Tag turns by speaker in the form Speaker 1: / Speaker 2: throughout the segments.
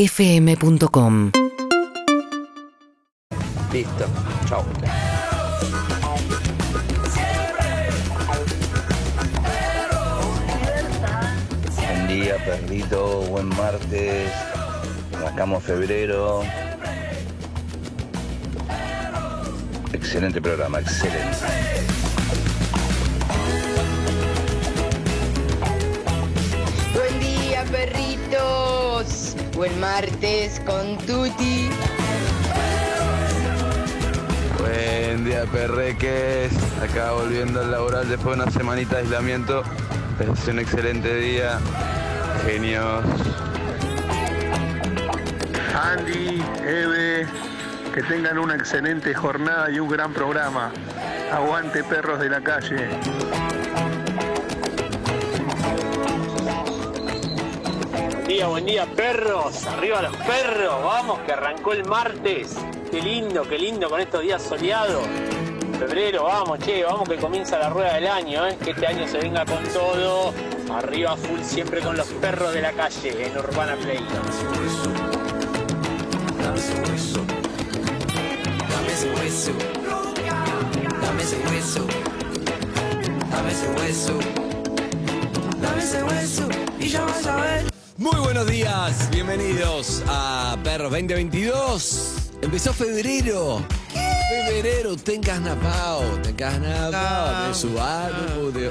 Speaker 1: UrbanaPlayFM.com
Speaker 2: Listo. Chao. Buen día, perrito. Buen martes. Arrancamos febrero. Excelente programa, excelente.
Speaker 3: Buen día, perritos. Buen martes con Tuti.
Speaker 4: Buen día, perreques. Acá volviendo al laboral después de una semanita de aislamiento. Les deseo un excelente día. Genios.
Speaker 5: Andy, Eve, que tengan una excelente jornada y un gran programa. Aguante perros de la calle.
Speaker 6: Buen día, buen día, perros. Arriba los perros. Vamos, que arrancó el martes. Qué lindo, qué lindo con estos días soleados. Febrero, vamos, che, vamos que comienza la rueda del año, ¿eh? que este año se venga con todo. Arriba full siempre con los perros de la calle en Urbana Play.
Speaker 7: Muy buenos días, bienvenidos a Perros 2022. Empezó febrero. Febrero, tengas napao, tengas napao, de su barco, de-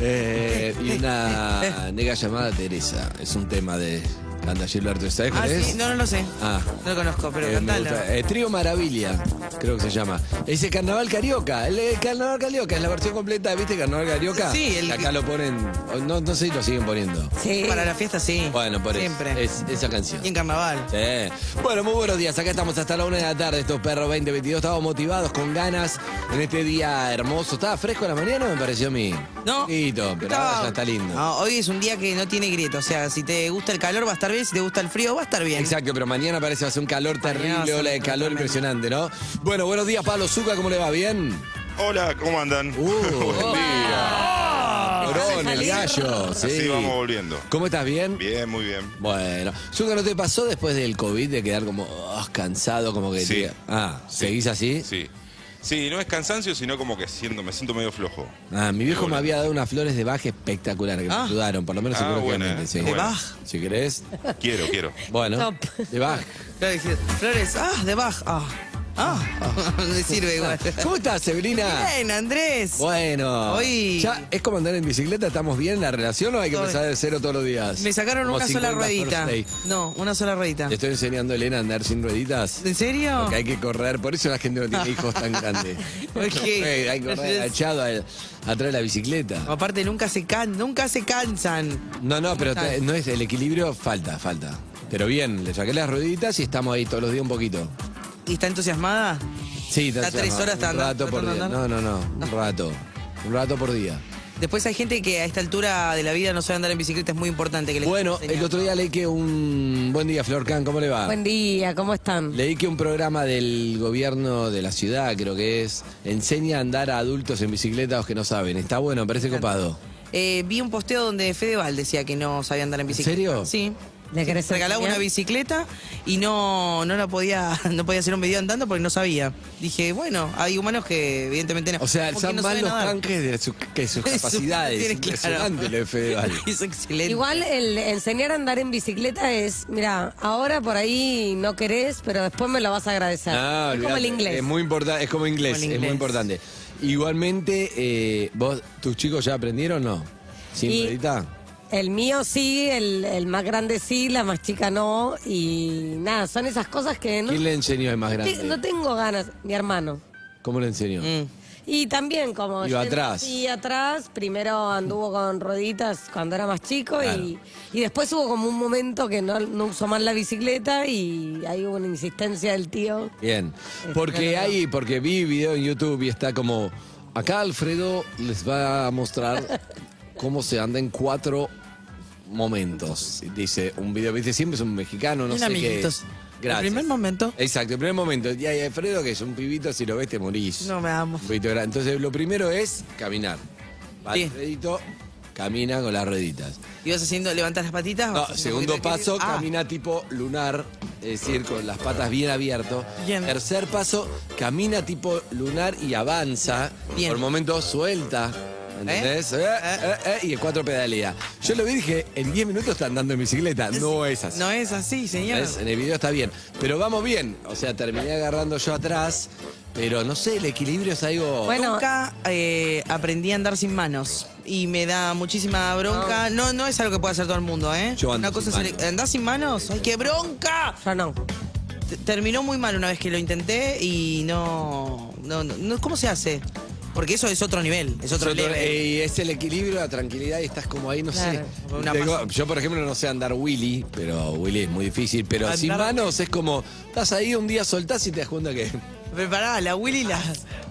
Speaker 7: eh, y una nega llamada Teresa. Es un tema de Candayel Berto, ¿sabes
Speaker 8: Ah,
Speaker 7: cuál es?
Speaker 8: sí, no, no lo sé.
Speaker 7: Ah.
Speaker 8: No lo conozco,
Speaker 7: Eh,
Speaker 8: pero
Speaker 7: me
Speaker 8: cantalo.
Speaker 7: gusta. Eh, Trío Maravilla, creo que se llama. Es el Carnaval Carioca. El, eh, Carnaval Carioca es la versión completa, ¿viste? Carnaval Carioca.
Speaker 8: Sí, el-
Speaker 7: Acá lo ponen. No, no sé si lo siguen poniendo.
Speaker 8: Para la fiesta sí.
Speaker 7: Bueno, por
Speaker 8: Siempre.
Speaker 7: eso. Es, esa canción.
Speaker 8: Y en carnaval.
Speaker 7: Sí. Bueno, muy buenos días. Acá estamos hasta la una de la tarde, estos perros 2022. Estamos motivados, con ganas, en este día hermoso. ¿Estaba fresco a la mañana me pareció a mí?
Speaker 8: No.
Speaker 7: Poquito, pero
Speaker 8: Estaba-
Speaker 7: ahora ya está lindo.
Speaker 8: No, hoy es un día que no tiene grieto. O sea, si te gusta el calor va a estar bien, si te gusta el frío va a estar bien.
Speaker 7: Exacto, pero mañana parece va a ser un calor
Speaker 8: va a
Speaker 7: terrible,
Speaker 8: ser
Speaker 7: ola de calor
Speaker 8: tremendo.
Speaker 7: impresionante, ¿no? Bueno, buenos días, Pablo Zuca, ¿cómo le va? ¿Bien?
Speaker 9: Hola, ¿cómo andan?
Speaker 7: Uh,
Speaker 9: Buen día.
Speaker 7: Corón, el gallo. Sí.
Speaker 9: Así vamos volviendo.
Speaker 7: ¿Cómo estás? ¿Bien?
Speaker 9: Bien, muy bien.
Speaker 7: Bueno, Zucca, ¿no te pasó después del COVID de quedar como ah, cansado, como que...
Speaker 9: Sí.
Speaker 7: te- Ah,
Speaker 9: Sí.
Speaker 7: ¿seguís así?
Speaker 9: Sí. Sí, no es cansancio, sino como que siento, me siento medio flojo.
Speaker 7: Ah, mi
Speaker 9: Pero
Speaker 7: viejo me
Speaker 9: bueno.
Speaker 7: había dado unas flores de baje espectacular que me
Speaker 8: Ah.
Speaker 7: ayudaron, por lo menos
Speaker 9: Ah,
Speaker 7: económicamente.
Speaker 9: buena, ¿eh?
Speaker 7: sí.
Speaker 9: ¿De Bueno.
Speaker 8: Bach?
Speaker 7: Si querés.
Speaker 9: Quiero, quiero.
Speaker 7: Bueno, de baje.
Speaker 8: Flores, Flores, ah, de Bach, ah. Ah, no le sirve igual.
Speaker 7: ¿Cómo estás, Sebrina?
Speaker 8: Bien, Andrés.
Speaker 7: Bueno,
Speaker 8: Hoy-
Speaker 7: ya es como andar en bicicleta, ¿estamos bien en la relación o hay que
Speaker 8: Todo
Speaker 7: empezar de cero todos los días?
Speaker 8: Me sacaron
Speaker 7: Como
Speaker 8: una sola
Speaker 7: 50
Speaker 8: ruedita.
Speaker 7: first day.
Speaker 8: No, una sola ruedita.
Speaker 7: Le estoy enseñando a Elena a andar sin rueditas.
Speaker 8: ¿En serio?
Speaker 7: Porque hay que correr, por eso la gente no tiene hijos tan grandes.
Speaker 8: Ok.
Speaker 7: Eh, hay que correr agachado a- atrás de la bicicleta.
Speaker 8: Aparte nunca se can, nunca se cansan.
Speaker 7: No, no, pero
Speaker 8: Total.
Speaker 7: te- no es el equilibrio, falta, falta. Pero bien, le saqué las rueditas y estamos ahí todos los días un poquito.
Speaker 8: ¿Y está entusiasmada?
Speaker 7: Sí, te
Speaker 8: Está
Speaker 7: hacía
Speaker 8: tres
Speaker 7: mal.
Speaker 8: horas, está
Speaker 7: Un
Speaker 8: andando,
Speaker 7: rato por
Speaker 8: está
Speaker 7: día. No,
Speaker 8: andando.
Speaker 7: no, no, un rato. Un rato por día.
Speaker 8: Después hay gente que a esta altura de la vida no sabe andar en bicicleta, es muy importante que les
Speaker 7: Bueno,
Speaker 8: enseñe.
Speaker 7: el otro día leí que un... Buen día, Flor Can, ¿cómo le va?
Speaker 10: Buen día, ¿cómo están?
Speaker 7: Leí que un programa del gobierno de la ciudad, creo que es, enseña a andar a adultos en bicicleta a los que no saben. Está bueno, parece copado.
Speaker 8: Eh, vi un posteo donde Fedeval decía que no sabía andar en
Speaker 7: ¿En
Speaker 8: bicicleta.
Speaker 7: serio?
Speaker 8: Sí.
Speaker 10: ¿Le querés
Speaker 8: Se regalaba
Speaker 10: enseñar?
Speaker 8: una bicicleta y no, no la podía, no podía hacer un video andando porque no sabía. Dije, bueno, hay humanos que evidentemente no.
Speaker 7: O sea, el
Speaker 8: como que
Speaker 7: San
Speaker 8: no
Speaker 7: van
Speaker 8: saben
Speaker 7: los
Speaker 8: nadar.
Speaker 7: tanques de su- que sus
Speaker 8: Eso,
Speaker 7: capacidades.
Speaker 8: tiene
Speaker 7: Impresionante
Speaker 8: claro.
Speaker 7: lo de Fedeval.
Speaker 8: Es excelente.
Speaker 10: Igual el enseñar a andar en bicicleta es, mira, ahora por ahí no querés, pero después me lo vas a agradecer.
Speaker 7: Ah,
Speaker 10: es como el
Speaker 7: olvidate.
Speaker 10: inglés.
Speaker 7: Es muy importante, es como inglés,
Speaker 8: Como el
Speaker 7: es muy
Speaker 8: inglés.
Speaker 7: importante. Igualmente, eh, vos, tus chicos ya aprendieron, ¿no? Sin
Speaker 10: Y-
Speaker 7: ruedita.
Speaker 10: El mío sí, el, el más grande sí, la más chica no. Y nada, son esas cosas que no,
Speaker 7: ¿Quién le enseñó el más
Speaker 10: te-
Speaker 7: grande?
Speaker 10: no tengo ganas. Mi hermano.
Speaker 7: ¿Cómo le enseñó?
Speaker 8: Mm.
Speaker 10: Y también como... yendo
Speaker 7: Iba atrás.
Speaker 10: así atrás. Primero anduvo con rueditas cuando era más chico y,
Speaker 7: Claro.
Speaker 10: y después hubo como un momento que no, no usó más la bicicleta y ahí hubo una insistencia del tío.
Speaker 7: Bien.
Speaker 10: Eh,
Speaker 7: Porque
Speaker 10: claro.
Speaker 7: ahí, porque vi video en YouTube y está como, acá Alfredo les va a mostrar cómo se anda en cuatro momentos. Dice un video, viste, siempre es un mexicano, no
Speaker 8: Bien,
Speaker 7: sé
Speaker 8: amiguitos.
Speaker 7: qué. es.
Speaker 8: El
Speaker 7: Gracias.
Speaker 8: primer momento.
Speaker 7: Exacto, el primer momento. Y hay Alfredo, que es un pibito, si lo ves te morís.
Speaker 8: No me amo.
Speaker 7: Un pibito grande. Entonces, lo primero es caminar. Va
Speaker 8: Sí.
Speaker 7: Alfredito, Camina con las rueditas.
Speaker 8: ¿Y vas haciendo, levantas las patitas?
Speaker 7: No,
Speaker 8: vas haciendo un
Speaker 7: segundo
Speaker 8: poquito
Speaker 7: paso,
Speaker 8: de- Ah,
Speaker 7: camina tipo lunar, es decir, con las patas bien abiertas.
Speaker 8: Bien.
Speaker 7: Tercer paso, camina tipo lunar y avanza.
Speaker 8: Bien.
Speaker 7: Por el momento suelta. ¿Entendés? Eh, eh, eh, y el cuatro pedalea. Yo lo vi y dije, en 10 minutos está andando en bicicleta. No es así.
Speaker 8: No es así, señor.
Speaker 7: ¿Ves? En el video está bien. Pero vamos bien. O sea, terminé agarrando yo atrás. Pero no sé, el equilibrio es algo.
Speaker 10: Bueno,
Speaker 8: Nunca eh, aprendí a andar sin manos. Y me da muchísima
Speaker 10: Ah.
Speaker 8: bronca. No, no, es algo que pueda hacer todo el mundo, ¿eh?
Speaker 7: Yo ando
Speaker 8: Una cosa
Speaker 7: sin
Speaker 8: es el-
Speaker 7: manos.
Speaker 8: andar sin manos. ¡Ay, qué bronca!
Speaker 10: Yo no.
Speaker 8: T- Terminó muy mal una vez que lo intenté y no, no, no- no- ¿Cómo se hace? Porque eso es otro nivel, es otro,
Speaker 7: Nosotros-
Speaker 8: nivel.
Speaker 7: eh, y es el equilibrio, la tranquilidad y estás como ahí, no
Speaker 10: Claro.
Speaker 7: sé.
Speaker 8: Una
Speaker 7: Tengo-
Speaker 8: paz.
Speaker 7: yo, por ejemplo, no sé andar Willy, pero Willy es muy difícil. Pero
Speaker 8: Andar-
Speaker 7: sin manos es como, estás ahí un día soltás y te das cuenta que.
Speaker 8: Prepará, la Willy la.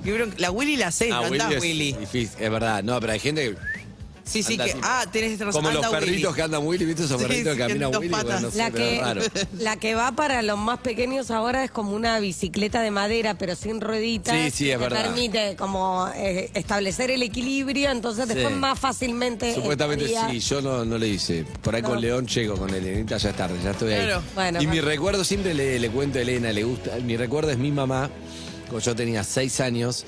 Speaker 8: qué bronca. La Willy la sé, no andás
Speaker 7: Ah, es
Speaker 8: Willy.
Speaker 7: difícil, es verdad. No, pero hay gente que.
Speaker 8: Sí, sí,
Speaker 7: anda
Speaker 8: que.
Speaker 7: así.
Speaker 8: Ah, tenés razón.
Speaker 7: Como los
Speaker 8: anda Willy.
Speaker 7: perritos que andan Willy, ¿viste esos
Speaker 8: Sí,
Speaker 7: perritos
Speaker 8: sí,
Speaker 7: que caminan
Speaker 8: dos
Speaker 7: Willy? Bueno,
Speaker 8: patas.
Speaker 7: no sé,
Speaker 10: La
Speaker 7: pero es
Speaker 10: que,
Speaker 7: raro.
Speaker 10: la que va para los más pequeños ahora es como una bicicleta de madera, pero sin rueditas.
Speaker 7: Sí, sí, es
Speaker 10: que
Speaker 7: verdad.
Speaker 10: permite como eh, establecer el equilibrio, entonces
Speaker 7: Sí.
Speaker 10: después más fácilmente.
Speaker 7: Supuestamente
Speaker 10: estaría-
Speaker 7: sí, yo no, no le hice. Por ahí con
Speaker 10: No.
Speaker 7: León llego, con Elenita ya es tarde, ya estoy
Speaker 8: Claro.
Speaker 7: ahí.
Speaker 10: Bueno,
Speaker 7: y mi
Speaker 10: bueno.
Speaker 7: recuerdo, siempre le, le cuento a Elena, le gusta. Mi recuerdo es mi mamá, cuando yo tenía seis años,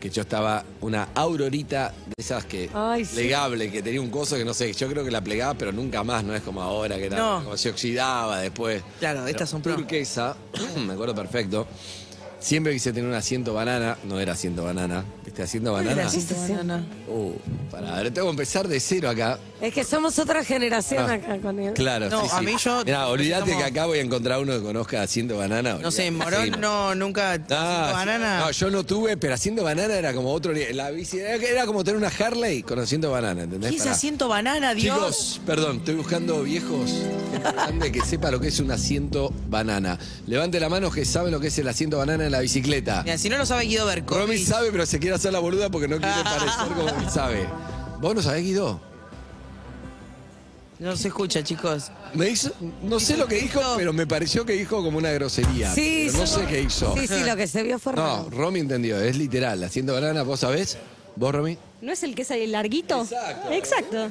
Speaker 7: que yo estaba una aurorita de esas que
Speaker 10: Ay, sí.
Speaker 7: plegable, que tenía un coso que no sé, yo creo que la plegaba, pero nunca más, no es como ahora, que era-
Speaker 8: No.
Speaker 7: como se oxidaba después.
Speaker 8: Claro, estas son pro.
Speaker 7: turquesa, me acuerdo perfecto. Siempre quise tener un asiento banana, no era asiento banana, ¿viste? Asiento
Speaker 8: Willy
Speaker 7: banana.
Speaker 8: la sé, banana.
Speaker 7: Uh, para, ahora tengo que empezar de cero acá.
Speaker 10: Es que somos otra generación
Speaker 7: Ah,
Speaker 10: acá con él.
Speaker 7: Claro,
Speaker 8: No,
Speaker 7: sí,
Speaker 8: a
Speaker 7: sí.
Speaker 8: mí yo-
Speaker 7: Mirá, olvídate
Speaker 8: como-
Speaker 7: que acá voy a encontrar uno que conozca haciendo banana.
Speaker 8: No
Speaker 7: olvídate.
Speaker 8: sé, en
Speaker 7: Sí,
Speaker 8: Morón no, nunca.
Speaker 7: Ah, sí.
Speaker 8: banana.
Speaker 7: No, yo no tuve, pero haciendo banana era como otro. nivel. La bici era, era como tener una Harley conociendo banana, ¿entendés?
Speaker 8: ¿Qué es
Speaker 7: Pará.
Speaker 8: asiento banana, Dios?
Speaker 7: Chicos, perdón, estoy buscando viejos gente grande que sepa lo que es un asiento banana. Levante la mano que sabe lo que es el asiento banana en la bicicleta.
Speaker 8: Mira, si no lo sabe Guido Berco.
Speaker 7: Romy sabe, pero se quiere hacer la boluda porque no quiere parecer como que sabe. ¿Vos no sabés, Guido?
Speaker 8: No se escucha, chicos.
Speaker 7: Me hizo, no sé lo que dijo, pero me pareció que dijo como una grosería.
Speaker 10: Sí,
Speaker 7: pero no
Speaker 10: somos-
Speaker 7: sé qué hizo.
Speaker 10: Sí, sí, lo que se vio fue
Speaker 7: No,
Speaker 10: raro.
Speaker 7: Romy entendió, es literal. Haciendo banana, ¿vos sabés? ¿Vos, Romy?
Speaker 1: ¿No es el que es el larguito? Exacto. Exacto.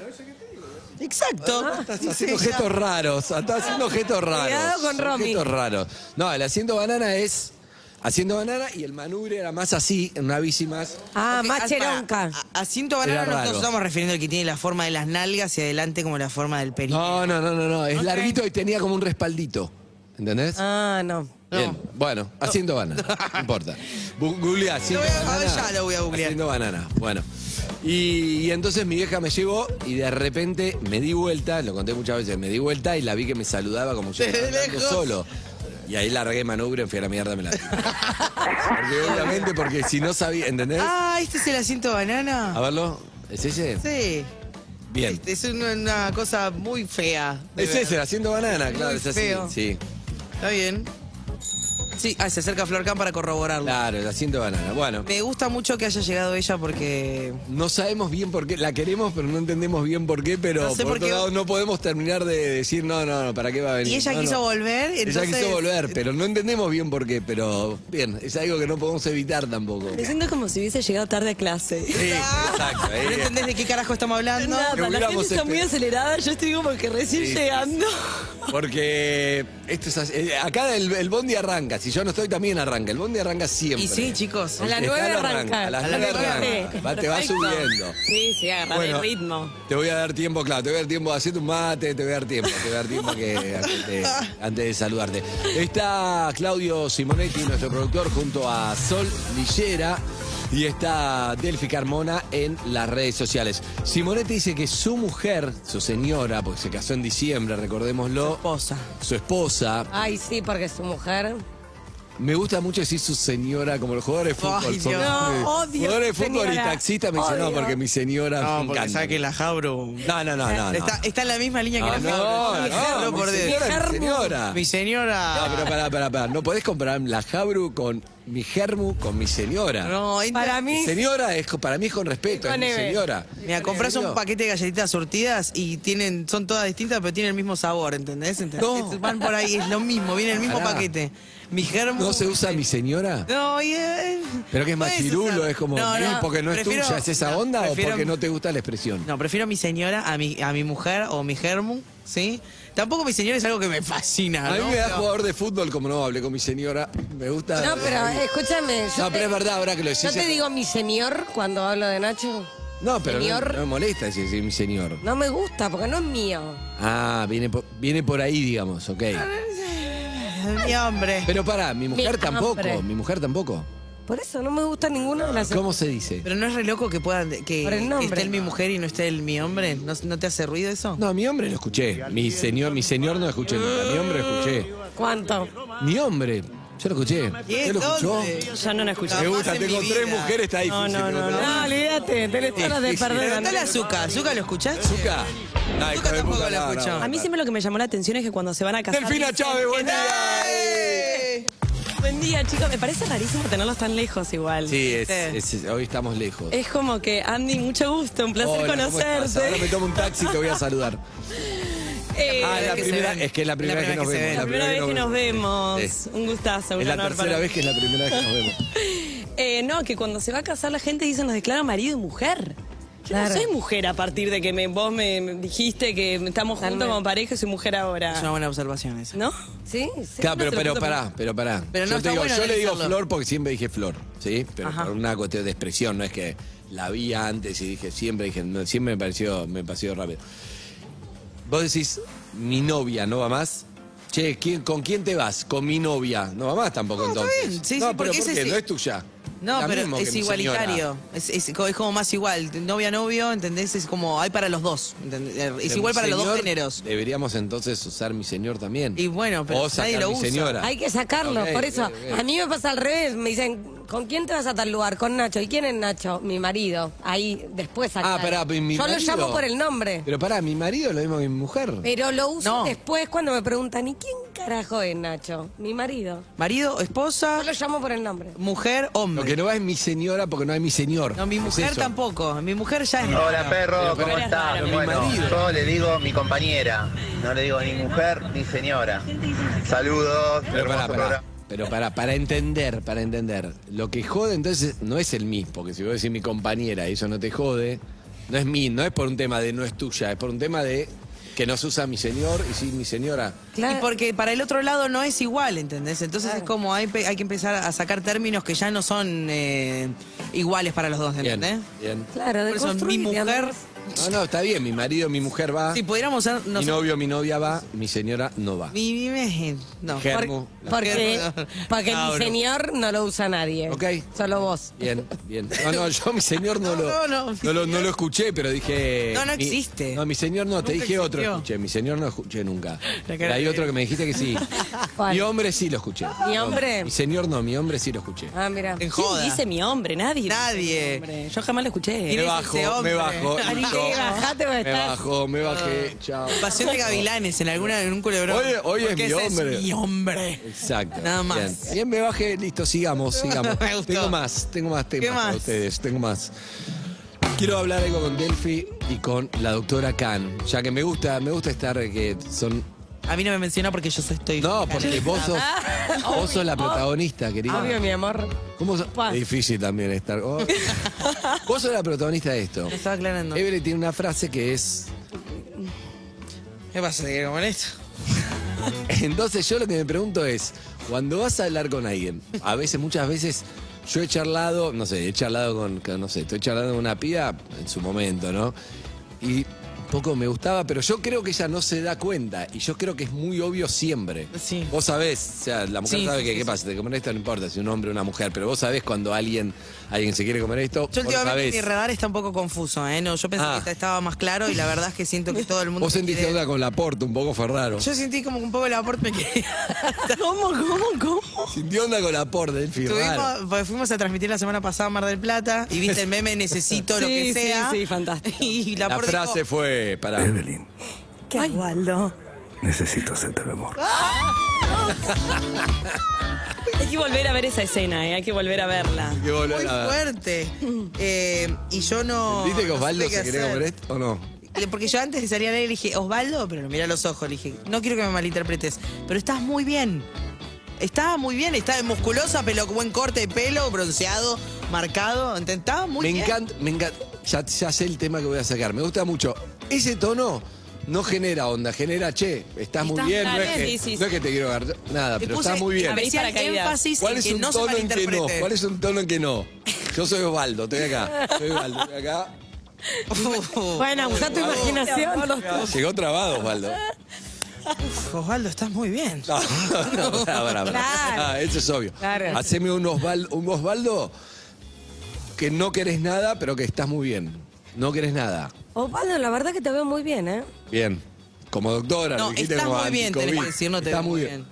Speaker 8: Exacto.
Speaker 7: Estás
Speaker 8: Dice
Speaker 7: haciendo
Speaker 8: ella.
Speaker 7: gestos raros. Estás haciendo gestos raros.
Speaker 10: Cuidado con
Speaker 7: Son
Speaker 10: Romy.
Speaker 7: Gestos raros. No, el haciendo banana es haciendo banana y el manubrio era más así, en una bici más.
Speaker 10: Ah,
Speaker 8: Porque,
Speaker 10: más
Speaker 8: ah,
Speaker 10: cheronca.
Speaker 8: para, a- Asiento
Speaker 7: Era
Speaker 8: banana no nos
Speaker 7: raro.
Speaker 8: estamos refiriendo al que tiene la forma de las nalgas y adelante como la forma del perineo.
Speaker 7: No, no, no, no, no. Es larguito y tenía como un respaldito. ¿Entendés?
Speaker 10: Ah, no.
Speaker 7: Bien, bueno, haciendo banana, no importa. Bu- Googleá, haciendo
Speaker 8: voy a-
Speaker 7: banana.
Speaker 8: ahora ya lo voy a googlear.
Speaker 7: Haciendo banana, bueno. Y, y entonces mi vieja me llevó y de repente me di vuelta, lo conté muchas veces, me di vuelta y la vi que me saludaba como yo
Speaker 8: Desde
Speaker 7: estaba hablando
Speaker 8: lejos.
Speaker 7: solo. Y ahí largué manubrio, fui a la mierda, me la Porque obviamente, porque si no sabía, ¿entendés?
Speaker 8: Ah, este es el asiento banana.
Speaker 7: A verlo, ¿es ese?
Speaker 8: Sí.
Speaker 7: Bien.
Speaker 8: Este es una, una cosa muy fea. de
Speaker 7: Es
Speaker 8: ver.
Speaker 7: ese, haciendo banana, claro,
Speaker 8: Muy
Speaker 7: es así.
Speaker 8: feo.
Speaker 7: Sí.
Speaker 8: Está bien. Sí, ah, se acerca Florcan para corroborarlo.
Speaker 7: Claro, el haciendo banana. Bueno.
Speaker 8: Me gusta mucho que haya llegado ella porque.
Speaker 7: No sabemos bien por qué, la queremos, pero no entendemos bien por qué, pero
Speaker 8: No sé
Speaker 7: por,
Speaker 8: por
Speaker 7: otro
Speaker 8: qué.
Speaker 7: lado no podemos terminar de decir, no, no, no, ¿para qué va a venir?
Speaker 8: Y ella
Speaker 7: No,
Speaker 8: quiso
Speaker 7: no.
Speaker 8: volver, entonces.
Speaker 7: Ella quiso volver, pero no entendemos bien por qué, pero bien, es algo que no podemos evitar tampoco.
Speaker 1: Me siento como si hubiese llegado tarde a clase.
Speaker 7: Sí, exacto. eh,
Speaker 8: ¿No entendés de qué carajo estamos hablando?
Speaker 1: Nada,
Speaker 7: que
Speaker 1: la gente
Speaker 7: hubiéramos
Speaker 1: está muy
Speaker 7: esper-
Speaker 1: acelerada, yo estoy como que recién
Speaker 7: Sí, sí,
Speaker 1: llegando.
Speaker 7: Porque esto es así, eh, acá el, el bondi arranca, si yo no estoy también arranca, el bondi arranca siempre.
Speaker 8: Y sí, chicos.
Speaker 10: A las
Speaker 7: El
Speaker 10: nueve
Speaker 7: escalo
Speaker 10: arranca.
Speaker 7: A las
Speaker 10: A las
Speaker 7: 9
Speaker 10: nueve.
Speaker 7: arranca.
Speaker 1: Sí,
Speaker 7: Va- te va
Speaker 1: perfecto.
Speaker 7: subiendo.
Speaker 1: Sí, sí, agarrar
Speaker 7: Bueno.
Speaker 1: el ritmo.
Speaker 7: Te voy a dar tiempo, claro, te voy a dar tiempo de hacer un mate, te voy a dar tiempo, te voy a dar tiempo que, antes, de, antes de saludarte. Está Claudio Simonetti, nuestro productor, junto a Sol Lillera y está Delphi Carmona en las redes sociales. Simonetti dice que su mujer, su señora, porque se casó en diciembre, recordémoslo,
Speaker 8: Esposa.
Speaker 7: su esposa,
Speaker 10: Ay, sí, porque su mujer.
Speaker 7: me gusta mucho decir su señora, como los jugadores de fútbol.
Speaker 8: Ay,
Speaker 7: son-
Speaker 8: Dios.
Speaker 10: No, odio,
Speaker 7: Jugadores de fútbol y
Speaker 10: señora.
Speaker 7: taxistas me dicen, no,
Speaker 10: Odio.
Speaker 7: porque mi señora me encanta".
Speaker 8: la Jabro.
Speaker 7: No, no, no, Ah, no. no.
Speaker 8: Está, está en la misma línea que
Speaker 7: No,
Speaker 8: la
Speaker 7: no,
Speaker 8: Jabro.
Speaker 7: no,
Speaker 8: Jabro
Speaker 7: mi
Speaker 8: por dentro.
Speaker 7: señora, mi señora.
Speaker 8: Mi señora.
Speaker 7: No, pero pará, pará, pará. No podés comparar la Jabru con mi germu con mi señora.
Speaker 8: No, entra-
Speaker 10: Para mí-
Speaker 7: Mi señora es co- para mí es con respeto, es
Speaker 10: Con
Speaker 7: mi
Speaker 10: Eve.
Speaker 7: señora.
Speaker 8: Mira, compras un paquete de galletitas surtidas y tienen, son todas distintas, pero tienen el mismo sabor, ¿entendés? ¿Entendés?
Speaker 7: No.
Speaker 8: Van por ahí, es lo mismo, viene el mismo
Speaker 7: Pará.
Speaker 8: paquete. Mi germo.
Speaker 7: ¿No se usa mi señora?
Speaker 8: No, y eh,
Speaker 7: Pero que es
Speaker 8: puedes
Speaker 7: machirulo,
Speaker 8: usar.
Speaker 7: es como, "Uy, porque no
Speaker 8: prefiero-
Speaker 7: es tuya, ¿es esa
Speaker 8: no,
Speaker 7: onda
Speaker 8: prefiero-
Speaker 7: o porque no te gusta la expresión?
Speaker 8: No, prefiero a mi señora, a mi, a mi mujer o mi germu, ¿sí? Tampoco mi señora es algo que me fascina,
Speaker 7: A mí
Speaker 8: ¿no?
Speaker 7: me da
Speaker 8: Pero-
Speaker 7: jugador de fútbol, como no hablé con mi señora, me gusta...
Speaker 10: No, pero
Speaker 1: eh,
Speaker 10: escúchame. yo
Speaker 7: No, pero
Speaker 10: te-
Speaker 7: es verdad, ahora que lo decís...
Speaker 10: ¿No te
Speaker 7: es-
Speaker 10: digo mi señor cuando hablo de Nacho?
Speaker 7: No, pero no-
Speaker 10: señor.
Speaker 7: no me molesta decir decir mi señor.
Speaker 10: No me gusta porque no es mío.
Speaker 7: Ah, viene por, viene por ahí, digamos, ok.
Speaker 8: Mi hombre.
Speaker 7: Pero pará, mi mujer tampoco,
Speaker 10: hombre.
Speaker 7: mi mujer tampoco.
Speaker 10: Por eso no me gusta ninguna de las.
Speaker 7: ¿Cómo se dice?
Speaker 8: Pero no es re loco que puedan que,
Speaker 10: Por el
Speaker 8: que
Speaker 10: nombre.
Speaker 8: esté el mi mujer y no esté el mi hombre. ¿No, no te hace ruido eso?
Speaker 7: No, mi hombre lo escuché. Mi señor, mi señor no lo escuché nunca. Mi hombre lo escuché.
Speaker 10: ¿Cuánto?
Speaker 7: Mi hombre, yo lo escuché. ¿Usted lo escuchó?
Speaker 8: ¿Dónde?
Speaker 1: Ya no la escuché.
Speaker 7: Me gusta,
Speaker 8: Jamás en
Speaker 7: tengo
Speaker 8: mi
Speaker 7: tres
Speaker 8: vida.
Speaker 7: mujeres, está
Speaker 1: No,
Speaker 7: difícil.
Speaker 1: no,
Speaker 7: tengo
Speaker 1: no,
Speaker 7: tres.
Speaker 1: no.
Speaker 10: No, olvídate, tenés todas las de
Speaker 7: Difícil.
Speaker 10: perder.
Speaker 8: Pero está la
Speaker 10: Andrés.
Speaker 8: azúcar. ¿Azúcar lo escuchaste?
Speaker 7: Zucca. No, hijo
Speaker 8: Zucca
Speaker 7: de
Speaker 8: tampoco
Speaker 7: puta,
Speaker 8: la
Speaker 7: no,
Speaker 8: escuchó.
Speaker 7: no.
Speaker 1: A mí siempre lo que me llamó la atención es que cuando se van a casar.
Speaker 7: Delfina
Speaker 1: dicen
Speaker 7: Chávez, buen
Speaker 1: que-
Speaker 7: día.
Speaker 1: Buen día, chicos. Me parece rarísimo tenerlos tan lejos igual.
Speaker 7: Sí, es- es- es- hoy estamos lejos.
Speaker 1: Es como que, Andy, mucho gusto, un placer
Speaker 7: Hola, ¿cómo estás? Ahora me
Speaker 1: conocerte.
Speaker 7: tomo un taxi y te voy a saludar.
Speaker 1: Eh,
Speaker 7: Ah, la
Speaker 8: que se
Speaker 7: primera,
Speaker 8: ven.
Speaker 7: es que es la primera vez que nos
Speaker 8: se
Speaker 7: vemos.
Speaker 8: ven.
Speaker 1: la primera vez que nos vemos.
Speaker 7: Sí.
Speaker 1: Un gustazo, un
Speaker 7: Es la
Speaker 1: honor
Speaker 7: tercera
Speaker 1: para
Speaker 7: vez que es la primera vez que nos vemos.
Speaker 1: Eh, no, que cuando se va a casar la gente dice nos declara marido y mujer. Yo
Speaker 10: Claro.
Speaker 1: no soy mujer a partir de que me- vos me me dijiste que estamos juntos
Speaker 10: Totalmente.
Speaker 1: como pareja y soy mujer
Speaker 8: Es una
Speaker 1: ahora.
Speaker 8: buena observación esa.
Speaker 1: ¿No?
Speaker 10: Sí, sí.
Speaker 7: Claro, pero,
Speaker 1: te lo
Speaker 7: pero
Speaker 1: puso
Speaker 7: pará, pero pará.
Speaker 8: Pero no
Speaker 7: yo
Speaker 8: está
Speaker 7: te digo,
Speaker 8: bueno
Speaker 7: yo le digo
Speaker 8: analizarlo.
Speaker 7: flor porque siempre dije flor, ¿sí? Pero
Speaker 8: Ajá.
Speaker 7: por una cuestión de expresión, no es que la vi antes y dije siempre, dije, no, siempre me pareció, me pareció rápido. Vos decís, mi novia no va más. Che, ¿quién- ¿con quién te vas? Con mi novia. No va más tampoco
Speaker 8: No, está
Speaker 7: entonces.
Speaker 8: bien,
Speaker 7: no,
Speaker 8: sí, sí,
Speaker 7: pero
Speaker 8: porque
Speaker 7: ¿por
Speaker 8: ese
Speaker 7: qué?
Speaker 8: sí.
Speaker 7: No es tuya.
Speaker 8: No,
Speaker 7: La mismo
Speaker 8: pero
Speaker 7: que
Speaker 8: es
Speaker 7: mi señora.
Speaker 8: igualitario. Es, es co- es como más igual. Novia, novio, ¿entendés? Es como hay para los dos. ¿entendés? Es
Speaker 7: Pero
Speaker 8: igual
Speaker 7: mi
Speaker 8: para los dos
Speaker 7: señor,
Speaker 8: géneros.
Speaker 7: Deberíamos entonces usar mi señor también.
Speaker 8: Y bueno, pero
Speaker 7: o sacar
Speaker 8: nadie lo
Speaker 7: mi
Speaker 8: usa.
Speaker 7: señora.
Speaker 10: Hay que sacarlo,
Speaker 7: Ok,
Speaker 10: por eso.
Speaker 7: ok, ok.
Speaker 10: A mí me pasa al revés. Me dicen, ¿con quién te vas a tal lugar? Con Nacho. ¿Y quién es Nacho? Mi marido. Ahí, después acá.
Speaker 7: Ah, pará, mi
Speaker 10: Yo
Speaker 7: marido.
Speaker 10: lo llamo por el nombre.
Speaker 7: Pero pará, mi marido es lo mismo que mi mujer.
Speaker 10: Pero lo uso
Speaker 8: No.
Speaker 10: después cuando me preguntan, ¿y quién carajo es Nacho? Mi marido.
Speaker 8: Marido, esposa,
Speaker 10: Yo lo llamo por el nombre.
Speaker 8: mujer,
Speaker 7: Lo
Speaker 8: hombre.
Speaker 7: que no va es mi señora porque no es mi señor.
Speaker 8: No, mi
Speaker 7: Es
Speaker 8: mujer
Speaker 7: eso.
Speaker 8: tampoco. Mi mujer ya es.
Speaker 5: Hola perro,
Speaker 1: ¿cómo estás? Mi
Speaker 7: Bueno, marido.
Speaker 5: yo le digo mi compañera, no le digo ni mujer ni señora. Saludos,
Speaker 7: Pero pará, pará. Pero para, para entender, para entender, lo que jode entonces no es el mí, porque si vos decís mi compañera y eso no te jode, no es mí, no es por un tema de no es tuya, es por un tema de que no se usa mi señor y sí mi señora.
Speaker 10: Claro.
Speaker 8: Y porque para el otro lado no es igual, ¿entendés? Entonces es como hay, pe- hay que empezar a sacar términos que ya no son eh, iguales para los dos,
Speaker 7: Bien,
Speaker 8: ¿entendés?
Speaker 7: bien.
Speaker 10: Claro, de
Speaker 8: Por eso mi
Speaker 10: construir, de
Speaker 8: mujer,
Speaker 10: andar-
Speaker 7: No, no, está bien, mi marido, mi mujer va,
Speaker 8: si pudiéramos ser, pues, no
Speaker 7: mi
Speaker 8: sé,
Speaker 7: novio, mi novia va, mi señora no va.
Speaker 8: mi, mi, mi- no.
Speaker 7: Germo,
Speaker 10: Por-
Speaker 7: la-
Speaker 10: Porque, porque
Speaker 8: Ah,
Speaker 10: mi
Speaker 8: bueno.
Speaker 10: señor no lo usa nadie.
Speaker 7: Ok.
Speaker 10: Solo vos.
Speaker 7: Bien, bien. No, no, yo mi señor no,
Speaker 8: No,
Speaker 7: lo,
Speaker 8: no, no, mi
Speaker 7: lo, no
Speaker 8: señor.
Speaker 7: lo escuché, pero dije...
Speaker 8: No, no
Speaker 7: mi-
Speaker 8: existe.
Speaker 7: no, mi señor no, te
Speaker 8: Nunca
Speaker 7: dije otro
Speaker 8: existió.
Speaker 7: escuché. Mi señor no escuché nunca.
Speaker 8: La cara
Speaker 7: Pero hay
Speaker 8: que-
Speaker 7: otro que me dijiste que sí.
Speaker 10: ¿Cuál?
Speaker 7: Mi hombre sí lo escuché.
Speaker 10: ¿Mi
Speaker 7: No,
Speaker 10: hombre?
Speaker 7: Mi señor no, mi hombre sí lo escuché.
Speaker 10: Ah, mira.
Speaker 8: En
Speaker 1: ¿Quién
Speaker 8: joda.
Speaker 1: dice mi hombre? Nadie. dice
Speaker 8: Nadie.
Speaker 1: mi hombre. Yo jamás lo
Speaker 7: me
Speaker 1: escuché.
Speaker 8: Eres
Speaker 7: bajo,
Speaker 8: ese hombre.
Speaker 7: me bajo.
Speaker 10: Ari,
Speaker 7: listo.
Speaker 10: que bajate, va a
Speaker 7: me
Speaker 10: estar.
Speaker 7: bajo, me bajé,
Speaker 8: Ah.
Speaker 7: chao.
Speaker 8: Pasión de gavilanes en alguna en un culebrón.
Speaker 7: Hoy- hoy es
Speaker 8: Porque
Speaker 7: mi
Speaker 8: ese
Speaker 7: hombre.
Speaker 8: Es mi hombre.
Speaker 7: Exacto.
Speaker 8: Nada más.
Speaker 7: Bien. Bien, me bajé, listo, sigamos, sigamos.
Speaker 8: Me gustó.
Speaker 7: Tengo más, tengo más temas
Speaker 8: ¿Qué más?
Speaker 7: para ustedes, tengo más. Quiero hablar algo con Delphi y con la doctora Khan, ya que me gusta, me gusta estar eh, que son
Speaker 8: A mí no me menciona porque yo soy estoy.
Speaker 7: No, porque vos sos, vos sos la protagonista, querida.
Speaker 10: Ah, Oh. Obvio, mi amor.
Speaker 7: ¿Cómo sos?
Speaker 10: Pa.
Speaker 7: Es difícil también estar. oh. Vos sos la protagonista de esto.
Speaker 8: Me estaba aclarando.
Speaker 7: Evelyn tiene una frase que es.
Speaker 8: ¿Qué pasa? ¿Te quiero con esto?
Speaker 7: Entonces yo lo que me pregunto es, cuando vas a hablar con alguien, a veces, muchas veces, yo he charlado, no sé, he charlado con, con, no sé, estoy charlando con una piba en su momento, ¿no? Y poco me gustaba, pero yo creo que ella no se da cuenta y yo creo que es muy obvio siempre.
Speaker 8: Sí.
Speaker 7: Vos sabés, o sea, la mujer
Speaker 8: Sí,
Speaker 7: sabe
Speaker 8: sí,
Speaker 7: que
Speaker 8: sí,
Speaker 7: qué
Speaker 8: sí.
Speaker 7: pasa, te comen esto, no importa si un hombre o una mujer, pero vos sabés cuando alguien, alguien se quiere comer esto,
Speaker 8: Yo
Speaker 7: vos lo
Speaker 8: últimamente
Speaker 7: sabés.
Speaker 8: mi radar está un poco confuso, ¿eh? No, yo pensé
Speaker 7: Ah.
Speaker 8: que estaba más claro y la verdad es que siento que todo el mundo.
Speaker 7: Vos
Speaker 8: me
Speaker 7: sentiste
Speaker 8: quiere-
Speaker 7: onda con la porta, un poco fue raro.
Speaker 8: Eh, Yo sentí como que un poco el aporte me quería.
Speaker 1: ¿Cómo, cómo, cómo?
Speaker 7: Sintió onda con la porta, Delphi, raro.
Speaker 8: Tuvimos- pues, fuimos a transmitir la semana pasada a Mar del Plata y viste el meme Necesito lo
Speaker 1: Sí,
Speaker 8: que
Speaker 1: sí,
Speaker 8: sea.
Speaker 1: sí, fantástico.
Speaker 8: Y la,
Speaker 7: La
Speaker 8: por dijo,
Speaker 7: frase fue para...
Speaker 1: Qué Waldo.
Speaker 2: Necesito hacerte el amor.
Speaker 1: Hay que volver a ver esa escena, ¿eh? hay que volver a verla.
Speaker 7: Qué boludo,
Speaker 8: Muy
Speaker 7: nada.
Speaker 8: fuerte. Eh, y yo no.
Speaker 7: ¿Viste que
Speaker 8: no
Speaker 7: Osvaldo
Speaker 8: supe
Speaker 7: se
Speaker 8: qué
Speaker 7: quería
Speaker 8: hacer.
Speaker 7: comer esto o no?
Speaker 8: Le- Porque yo antes de salir al aire le dije, Osvaldo, pero mira los ojos, le dije, no quiero que me malinterpretes, pero estás muy bien. Estaba muy bien, estaba musculosa, pelo, buen corte de pelo, bronceado, marcado. ent- Estaba muy
Speaker 7: me
Speaker 8: bien.
Speaker 7: encanta, me encanta. Ya, ya sé el tema que voy a sacar. Me gusta mucho. Ese tono no genera onda, genera che, estás muy
Speaker 1: Estás
Speaker 7: bien, no
Speaker 1: bien,
Speaker 7: es, que,
Speaker 1: sí, sí,
Speaker 7: no es que te quiero agarrar nada,
Speaker 8: Le
Speaker 7: pero
Speaker 8: puse
Speaker 7: estás muy bien.
Speaker 1: ver,
Speaker 8: Especial
Speaker 1: Abrís paracaídas.
Speaker 8: énfasis
Speaker 7: ¿Cuál
Speaker 8: en
Speaker 7: es
Speaker 8: que
Speaker 7: un
Speaker 8: no se
Speaker 7: tono en que no?
Speaker 8: malinterprete.
Speaker 7: ¿Cuál es un tono en que no? Yo soy Osvaldo, estoy acá. Soy Osvaldo, estoy acá.
Speaker 10: Bueno, usa tu imaginación.
Speaker 7: Llegó trabado, Osvaldo.
Speaker 8: Osvaldo, estás muy bien.
Speaker 7: No, Ah, no, no, pará, pará.
Speaker 10: Claro.
Speaker 7: Ah, eso es obvio.
Speaker 10: Claro.
Speaker 7: Haceme un Osvaldo, un Osvaldo que no querés nada, pero que estás muy bien. No querés nada.
Speaker 10: Osvaldo, la verdad que te veo muy bien, ¿eh?
Speaker 7: Bien. Como doctora,
Speaker 8: No,
Speaker 7: lo dijiste
Speaker 8: estás
Speaker 7: como
Speaker 8: muy bien, tenés
Speaker 7: anticovid.
Speaker 8: que decir, no te
Speaker 7: Estás
Speaker 8: veo
Speaker 7: muy
Speaker 8: muy
Speaker 7: bien.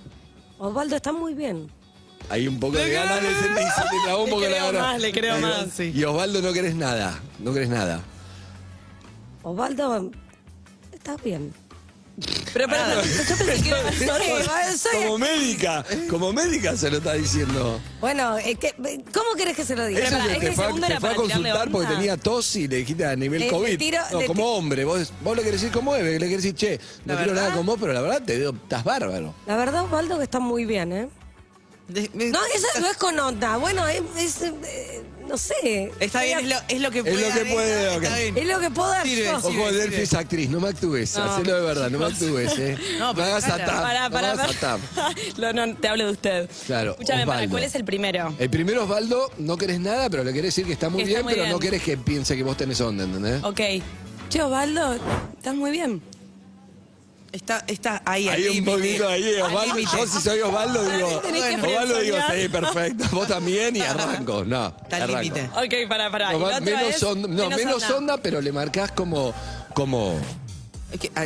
Speaker 10: Osvaldo, está muy bien.
Speaker 7: Hay un poco de ganas de sentir, se te trabó un
Speaker 8: Le
Speaker 7: poco la
Speaker 8: creo
Speaker 7: gana.
Speaker 8: más, le creo
Speaker 7: Ahí va.
Speaker 8: más, sí.
Speaker 7: Y Osvaldo no querés nada, no querés nada.
Speaker 10: Osvaldo, estás bien.
Speaker 1: Pero, pero, yo pensé que era más
Speaker 10: soy-
Speaker 7: como médica, como médica se lo está diciendo.
Speaker 10: Bueno, es que- eh, ¿cómo querés que se lo diga?
Speaker 7: Eso
Speaker 1: pará,
Speaker 7: es que
Speaker 1: ese
Speaker 7: te fue,
Speaker 1: segundo
Speaker 7: te
Speaker 1: era
Speaker 7: fue a
Speaker 1: para tirarle
Speaker 7: consultar porque
Speaker 1: onda.
Speaker 7: tenía tos y le dijiste a nivel
Speaker 10: Le- le
Speaker 7: COVID.
Speaker 10: tiro-
Speaker 7: no,
Speaker 10: le
Speaker 7: como
Speaker 10: ti-
Speaker 7: hombre, vos, vos le querés decir como es, le querés decir, che, no
Speaker 8: La
Speaker 7: quiero nada
Speaker 8: verdad-
Speaker 7: con vos, pero la verdad te veo, estás bárbaro.
Speaker 10: La verdad, Osvaldo, que está muy bien, ¿eh?
Speaker 8: De- me-
Speaker 10: No, eso no es con onda. Bueno, es. es, eh, no sé.
Speaker 8: Está bien, es lo, es lo que
Speaker 7: Es lo
Speaker 8: puede.
Speaker 7: que puede, ok.
Speaker 10: Es lo que puedo dar
Speaker 8: Sirve,
Speaker 10: yo.
Speaker 8: sirve.
Speaker 7: Ojo, Delphi es actriz, no me actúes, hacelo de verdad, no me actúes, eh.
Speaker 8: No,
Speaker 7: No,
Speaker 8: pero
Speaker 7: hagas
Speaker 8: para,
Speaker 7: atap,
Speaker 1: Pará, pará,
Speaker 7: no hagas
Speaker 1: pará.
Speaker 7: atap.
Speaker 1: No, no, te hablo de usted.
Speaker 7: Claro,
Speaker 1: Escúchame, pará,
Speaker 7: Osvaldo.
Speaker 1: ¿cuál es el primero?
Speaker 7: El primero, Osvaldo, no querés nada, pero le querés decir que está muy
Speaker 1: Que está
Speaker 7: bien,
Speaker 1: muy
Speaker 7: pero no
Speaker 1: bien.
Speaker 7: querés que piense que vos tenés onda, ¿entendés?
Speaker 8: Oh,
Speaker 1: Ok. Che, Osvaldo, estás muy bien.
Speaker 8: Está, está ahí,
Speaker 7: Hay un poquito ahí, Osvaldo. Yo si soy Osvaldo digo,
Speaker 1: tenés que
Speaker 7: Osvaldo digo,
Speaker 1: friendzonear.
Speaker 7: sí, perfecto. Vos también y arranco. No,
Speaker 8: Está al
Speaker 7: arranco.
Speaker 8: límite.
Speaker 1: Ok, pará, pará. Ah,
Speaker 7: No,
Speaker 1: Y la
Speaker 7: va-
Speaker 1: otra
Speaker 7: menos
Speaker 1: es-
Speaker 7: onda, no, menos, onda, pero le marcás como, como,
Speaker 8: Es que, ah,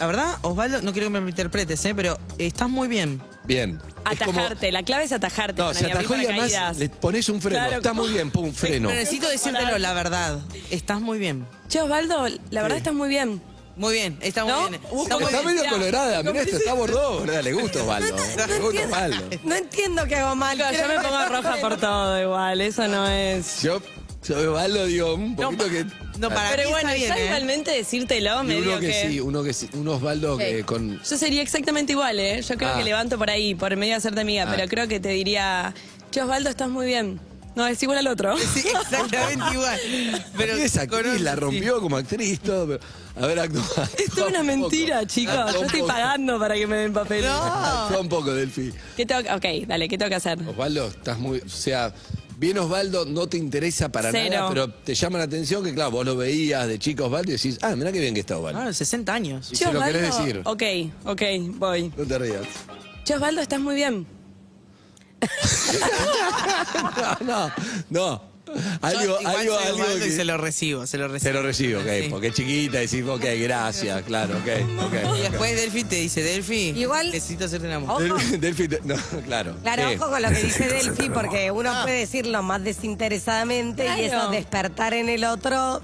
Speaker 8: La verdad, Osvaldo, no quiero que me interpretes, ¿eh? pero estás muy bien.
Speaker 7: bien. Es como-
Speaker 1: Atajarte, la clave es atajarte.
Speaker 7: no,
Speaker 1: para
Speaker 7: se
Speaker 1: ni abrir
Speaker 7: atajó y además
Speaker 1: paracaídas.
Speaker 7: le pones un freno.
Speaker 1: Claro,
Speaker 7: Está
Speaker 1: como-
Speaker 7: muy bien, pum, freno.
Speaker 8: Pero necesito decírtelo, la verdad. Estás muy bien.
Speaker 1: Che, Osvaldo, la verdad estás muy bien.
Speaker 8: Muy bien, está muy
Speaker 1: ¿No?
Speaker 8: bien.
Speaker 1: Uh,
Speaker 8: Está muy
Speaker 7: Está
Speaker 1: como-
Speaker 8: bien.
Speaker 7: medio
Speaker 1: ya,
Speaker 7: colorada,
Speaker 1: como
Speaker 7: mira esto, está bordó, ¿verdad? Le gusta Osvaldo. Le gusta Osvaldo.
Speaker 10: No entiendo qué hago mal.
Speaker 1: Yo me pongo roja por todo igual, eso no es.
Speaker 7: Yo, yo Osvaldo digo, un poquito que...
Speaker 8: No, para
Speaker 1: Pero
Speaker 8: mí
Speaker 1: bueno,
Speaker 8: está bien,
Speaker 1: ya
Speaker 8: ¿eh?
Speaker 1: igualmente decírtelo,
Speaker 7: Y
Speaker 1: me
Speaker 7: uno
Speaker 1: digo
Speaker 7: que, sí, uno que sí, un Osvaldo que con...
Speaker 1: Yo sería exactamente igual, ¿eh? Yo creo
Speaker 7: Ah.
Speaker 1: que levanto por ahí, por medio de hacerte amiga,
Speaker 7: Ah.
Speaker 1: pero creo que te diría, che, Osvaldo, estás muy bien. No, es igual al otro.
Speaker 8: Ah. Sí, exactamente igual. Pero
Speaker 7: es actriz,
Speaker 8: con un-
Speaker 7: la
Speaker 8: sí.
Speaker 7: rompió como actriz, todo. pero- a ver, actúa.
Speaker 1: Es
Speaker 7: actúa
Speaker 1: toda una
Speaker 7: un poco.
Speaker 1: mentira, chicos.
Speaker 7: Actúa
Speaker 1: Yo
Speaker 7: un
Speaker 1: estoy
Speaker 7: poco.
Speaker 1: pagando para que me den papel.
Speaker 7: Actúa un poco, Delphi.
Speaker 1: ¿Qué tengo que- ok, dale, ¿qué tengo que hacer?
Speaker 7: Osvaldo, estás muy. O sea, bien Osvaldo no te interesa para
Speaker 1: Cero.
Speaker 7: nada, pero te llama la atención que, claro, vos lo veías de chico Osvaldo y decís, ah, mirá qué bien que está Osvaldo.
Speaker 8: Claro, 60 años.
Speaker 7: Y se lo querés decir.
Speaker 1: Ok, ok, voy.
Speaker 7: No te rías.
Speaker 1: Che, Osvaldo, estás muy bien.
Speaker 7: no, no.
Speaker 8: Yo
Speaker 7: Algo,
Speaker 8: igual
Speaker 7: algo,
Speaker 8: soy
Speaker 7: algo.
Speaker 8: Osvaldo y
Speaker 7: que-
Speaker 8: se lo recibo, se lo recibo.
Speaker 7: Se lo recibo, ok,
Speaker 8: Sí.
Speaker 7: porque es chiquita, decís, ok, gracias, claro, ok, ok.
Speaker 8: Y después Delphi te dice, Delphi,
Speaker 10: Igual-
Speaker 8: necesito hacerte un amor.
Speaker 10: Ojo.
Speaker 7: Delphi- Delphi, te- no, claro.
Speaker 10: Claro,
Speaker 7: sí.
Speaker 10: ojo con lo que dice Delphi, porque uno puede decirlo más desinteresadamente y
Speaker 1: Claro.
Speaker 10: eso despertar en el otro.
Speaker 1: Oh,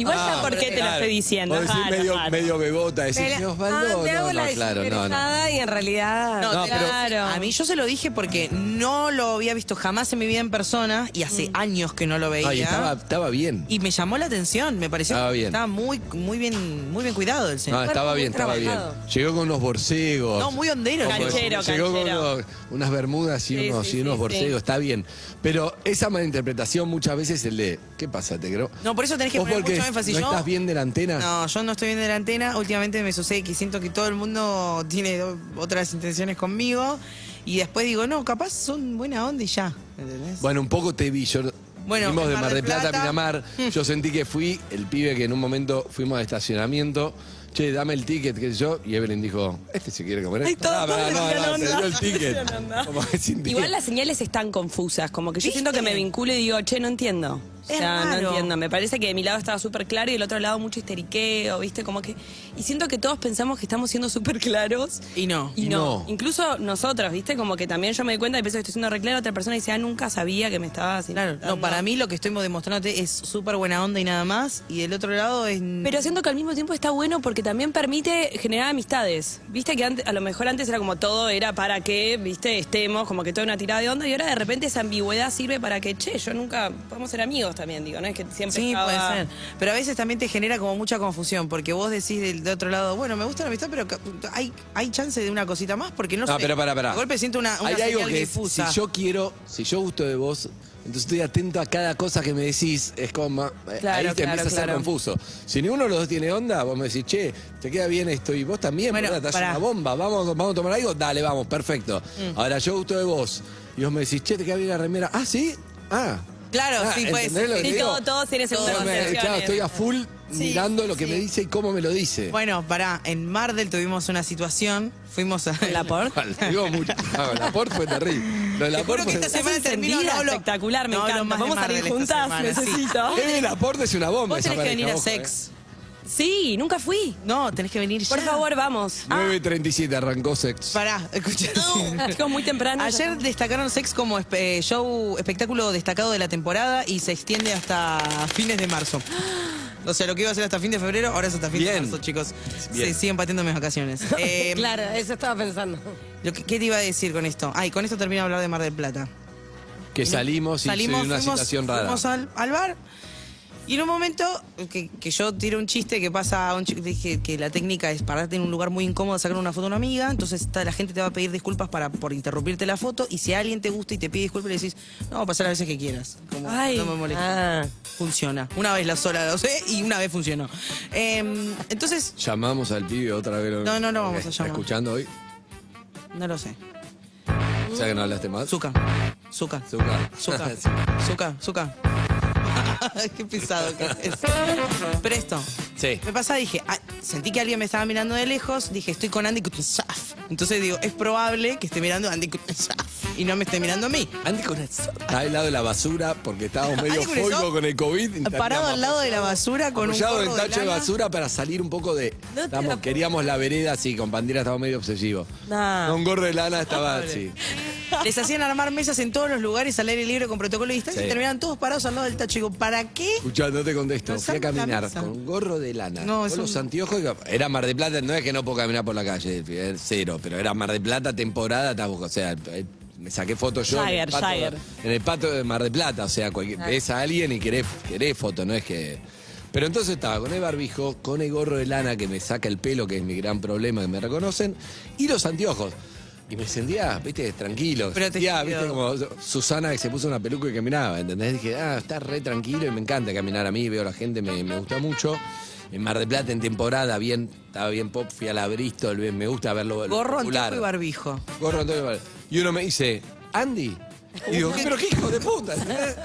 Speaker 1: Igual
Speaker 7: Ah,
Speaker 1: ya por qué te lo
Speaker 7: claro.
Speaker 1: estoy diciendo.
Speaker 7: Vos decís
Speaker 1: Osvaldo,
Speaker 7: medio,
Speaker 1: Osvaldo.
Speaker 7: medio bebota, decís,
Speaker 10: la-
Speaker 7: Osvaldo,
Speaker 10: ah, te
Speaker 7: no,
Speaker 10: hago
Speaker 7: no,
Speaker 10: la
Speaker 7: claro, no, no.
Speaker 10: desinteresada y en realidad.
Speaker 8: No,
Speaker 7: No,
Speaker 8: te la-
Speaker 7: pero-
Speaker 1: Claro.
Speaker 8: A mí yo se lo dije porque no lo había visto jamás en mi vida en persona y hace
Speaker 10: Mm.
Speaker 8: años que no lo veía.
Speaker 7: Ay, estaba, estaba bien.
Speaker 8: Y me llamó la atención, me pareció
Speaker 7: Estaba
Speaker 8: que
Speaker 7: bien.
Speaker 8: estaba muy, muy bien, muy bien cuidado el
Speaker 7: No,
Speaker 8: señor.
Speaker 7: estaba
Speaker 10: muy
Speaker 7: bien, estaba bien.
Speaker 10: trabajado.
Speaker 7: Llegó con unos borcegos.
Speaker 8: No, muy hondero.
Speaker 7: Como
Speaker 1: Canchero,
Speaker 7: decir, Llegó con
Speaker 1: canchero.
Speaker 7: unos- unas bermudas y
Speaker 1: Sí,
Speaker 7: unos,
Speaker 1: sí,
Speaker 7: y unos
Speaker 1: sí,
Speaker 7: borcegos,
Speaker 1: sí.
Speaker 7: está bien. Pero esa malinterpretación muchas veces es el de, ¿qué pasa? Te creo.
Speaker 8: No, por eso tenés que
Speaker 7: Vos
Speaker 8: poner
Speaker 7: porque
Speaker 8: mucho énfasis.
Speaker 7: ¿No
Speaker 8: Yo-
Speaker 7: estás bien de la antena?
Speaker 8: No, yo no estoy bien de la antena. Últimamente me sucede que siento que todo el mundo tiene do- otras intenciones conmigo. Y después digo, no, capaz son buena onda y ya. ¿entendés?
Speaker 7: Bueno, un poco te vi. Yo
Speaker 8: Bueno,
Speaker 7: fuimos
Speaker 8: en
Speaker 7: de
Speaker 8: Mar
Speaker 7: Mar
Speaker 8: del
Speaker 7: del Plata,
Speaker 8: Plata.
Speaker 7: a Pinamar. Yo sentí que fui el pibe que en un momento fuimos al estacionamiento. Che, dame el ticket, que yo. Y Evelyn dijo, este se quiere comer.
Speaker 1: Ay,
Speaker 7: esto". Ah,
Speaker 1: todo- todo le
Speaker 7: no,
Speaker 1: decían
Speaker 7: no,
Speaker 1: onda.
Speaker 7: se dio el
Speaker 1: Le decían onda.
Speaker 7: ticket. Como que sin
Speaker 1: Igual
Speaker 7: ticket.
Speaker 1: las señales están confusas, como que yo siento que me vinculo y digo, che, no entiendo. O sea, no
Speaker 8: raro.
Speaker 1: entiendo. Me parece que de mi lado estaba súper claro y del otro lado mucho histeriqueo, ¿viste? Como que. Y siento que todos pensamos que estamos siendo súper claros.
Speaker 8: Y no.
Speaker 1: Y no. Incluso nosotros, ¿viste? Como que también yo me di cuenta y pienso que estoy siendo re claro. Otra persona dice, ah, nunca sabía que me estabas. Claro,
Speaker 8: No, para mí lo que estoy demostrándote es súper buena onda y nada más. Y del otro lado es.
Speaker 1: Pero siento que al mismo tiempo está bueno porque también permite generar amistades. Viste que ante- a lo mejor antes era como todo era para que, viste, estemos, como que toda una tirada de onda y ahora de repente esa ambigüedad sirve para que, che, yo nunca, podemos ser amigos también, digo, ¿no? Es que siempre
Speaker 8: Sí,
Speaker 1: estaba-
Speaker 8: puede ser. Pero a veces también te genera como mucha confusión, porque vos decís del, del otro lado, bueno, me gusta la amistad, pero ca- hay, hay chance de una cosita más, porque no
Speaker 7: No,
Speaker 8: sé.
Speaker 7: pero pará, pará.
Speaker 8: De golpe siento una, una
Speaker 7: Hay algo
Speaker 8: señal
Speaker 7: que es,
Speaker 8: difusa.
Speaker 7: si yo quiero, si yo gusto de vos, entonces estoy atento a cada cosa que me decís. Es como, ma- eh,
Speaker 8: Claro,
Speaker 7: ahí te
Speaker 8: claro,
Speaker 7: empieza a ser
Speaker 8: claro.
Speaker 7: confuso. Si ninguno de los dos tiene onda, vos me decís, che, te queda bien esto y vos también,
Speaker 8: Bueno,
Speaker 7: ¿verdad? Te hace
Speaker 8: pará. Mm.
Speaker 7: una bomba. ¿Vamos, ¿Vamos a tomar algo? Dale, vamos, perfecto. Ahora, yo gusto de vos. Y vos me decís, che, te queda bien la remera. Ah, ¿sí? Ah.
Speaker 8: Claro,
Speaker 7: Ah,
Speaker 8: sí,
Speaker 7: ¿entendés
Speaker 8: pues.
Speaker 7: lo
Speaker 1: Sí,
Speaker 7: que te digo?
Speaker 1: todo, todo tiene
Speaker 7: Yo
Speaker 1: segundas
Speaker 7: me-
Speaker 1: consideraciones.
Speaker 7: claro, estoy a full mirando lo que me dice y cómo me lo dice.
Speaker 8: Bueno, pará, en Mardel tuvimos una situación, fuimos a...
Speaker 1: ¿La por?
Speaker 7: Te digo mucho. Ah, el aporte fue terrible. Lo del
Speaker 8: Te juro
Speaker 7: aporte
Speaker 8: que
Speaker 7: fue-
Speaker 8: esta semana
Speaker 1: Estás
Speaker 8: termino,
Speaker 1: encendida,
Speaker 8: no hablo-
Speaker 1: espectacular, me
Speaker 8: no hablo
Speaker 1: encanta.
Speaker 8: más de
Speaker 1: Vamos a salir
Speaker 8: Mardel esta
Speaker 1: juntas,
Speaker 8: semana, sí.
Speaker 1: necesito.
Speaker 7: Evelyn Aporte es una bomba.
Speaker 8: Vos
Speaker 7: esa
Speaker 8: tenés que
Speaker 7: pareja,
Speaker 8: venir a
Speaker 7: ojo,
Speaker 8: sex.
Speaker 1: Sí, nunca fui.
Speaker 8: No, tenés que venir
Speaker 1: Por
Speaker 8: ya.
Speaker 1: favor, vamos.
Speaker 7: eh.
Speaker 1: Ah,
Speaker 7: 9.37 arrancó sex.
Speaker 8: Pará, escuchá.
Speaker 1: llegó muy temprano.
Speaker 8: Ayer destacaron Sex como espe- eh, show espectáculo destacado de la temporada y se extiende hasta fines de marzo. O sea, lo que iba a ser hasta fin de febrero, ahora es hasta fin de
Speaker 7: Bien.
Speaker 8: marzo, chicos.
Speaker 7: Bien.
Speaker 8: Se siguen pateando mis vacaciones. Eh,
Speaker 10: claro, eso estaba pensando.
Speaker 8: lo que- ¿Qué te iba a decir con esto? Ay, con esto termino de hablar de Mar del Plata.
Speaker 7: Que Eh, salimos y se dio una
Speaker 8: fuimos-
Speaker 7: situación rara.
Speaker 8: fuimos al, al bar. Y en un momento que, que yo tiro un chiste que pasa a un chico, dije que la técnica es pararte en un lugar muy incómodo, sacar una foto a una amiga, entonces está- la gente te va a pedir disculpas para por interrumpirte la foto y si a alguien te gusta y te pide disculpas le decís, no, va a pasar las veces que quieras. Como,
Speaker 1: Ay.
Speaker 8: no me molesta.
Speaker 10: Ah,
Speaker 8: Funciona. Una vez la sola lo sé y una vez funcionó. Em, entonces,
Speaker 7: Llamamos al pibe otra vez.
Speaker 8: No, no lo vamos
Speaker 7: Ok,
Speaker 8: a
Speaker 7: ¿Está
Speaker 8: llamar.
Speaker 7: escuchando hoy?
Speaker 8: no lo sé.
Speaker 7: O sea que no hablaste más.
Speaker 8: Zuka, Zuka,
Speaker 7: Zucca.
Speaker 8: Zuka, Zuka, Zuka. Qué pesado que es. Presto.
Speaker 7: Sí.
Speaker 8: Me pasa, dije, ah, sentí que alguien me estaba mirando de lejos, dije, estoy con Andy Kutusaf. Entonces digo, es probable que esté mirando a Andy Kutusaf y no me esté mirando a mí.
Speaker 7: Andy con Está al lado de la basura porque estábamos medio
Speaker 8: Andy Kuznetsov
Speaker 7: fuego con el COVID.
Speaker 8: Parado al lado de la basura con un
Speaker 7: Apoyado en
Speaker 8: gorro de
Speaker 7: tacho de
Speaker 8: lana.
Speaker 7: basura para salir un poco de.
Speaker 1: No te
Speaker 7: Estábamos-
Speaker 1: la-
Speaker 7: queríamos la vereda así, con bandera estaba medio obsesivo.
Speaker 8: Ah.
Speaker 1: Nah.
Speaker 7: Con gorro de lana estaba así.
Speaker 8: Les hacían armar mesas en todos los lugares al aire libre con protocolo de distancia
Speaker 7: Sí.
Speaker 8: y terminaban todos parados al lado del tacho. Digo, ¿para qué?
Speaker 7: Escuchá, no te contesto.
Speaker 8: No,
Speaker 7: Fui a
Speaker 8: salgo de la
Speaker 7: caminar
Speaker 8: mesa.
Speaker 7: con un gorro de lana,
Speaker 8: No, es
Speaker 7: con los
Speaker 8: un-
Speaker 7: anteojos. y- Era Mar de Plata, no es que no puedo caminar por la calle, es cero, pero era Mar de Plata, temporada, estaba- o sea, eh, me saqué fotos yo en,
Speaker 1: Jagger,
Speaker 7: el pato,
Speaker 1: Jagger.
Speaker 7: en el pato de Mar de Plata, o sea, cualquier- ves a alguien y querés, querés foto, no es que... Pero entonces estaba con el barbijo, con el gorro de lana que me saca el pelo, que es mi gran problema, que me reconocen, y los anteojos. Y me sentía, viste, tranquilo.
Speaker 8: Pero te
Speaker 7: sentía,
Speaker 8: quiero.
Speaker 7: viste, como como Susana que se puso una peluca y caminaba, ¿entendés? Dije, ah, está re tranquilo y me encanta caminar a mí, veo a la gente, me, me gusta mucho. En Mar del Plata, en temporada, bien, estaba bien pop, fui a la Bristol, bien, me gusta verlo. lo
Speaker 8: Gorro,
Speaker 7: popular.
Speaker 8: anteojo y barbijo.
Speaker 7: Gorro, anteojo y barbijo. Y uno me dice, Andy. Y digo, pero qué hijo de puta. ¿entendés?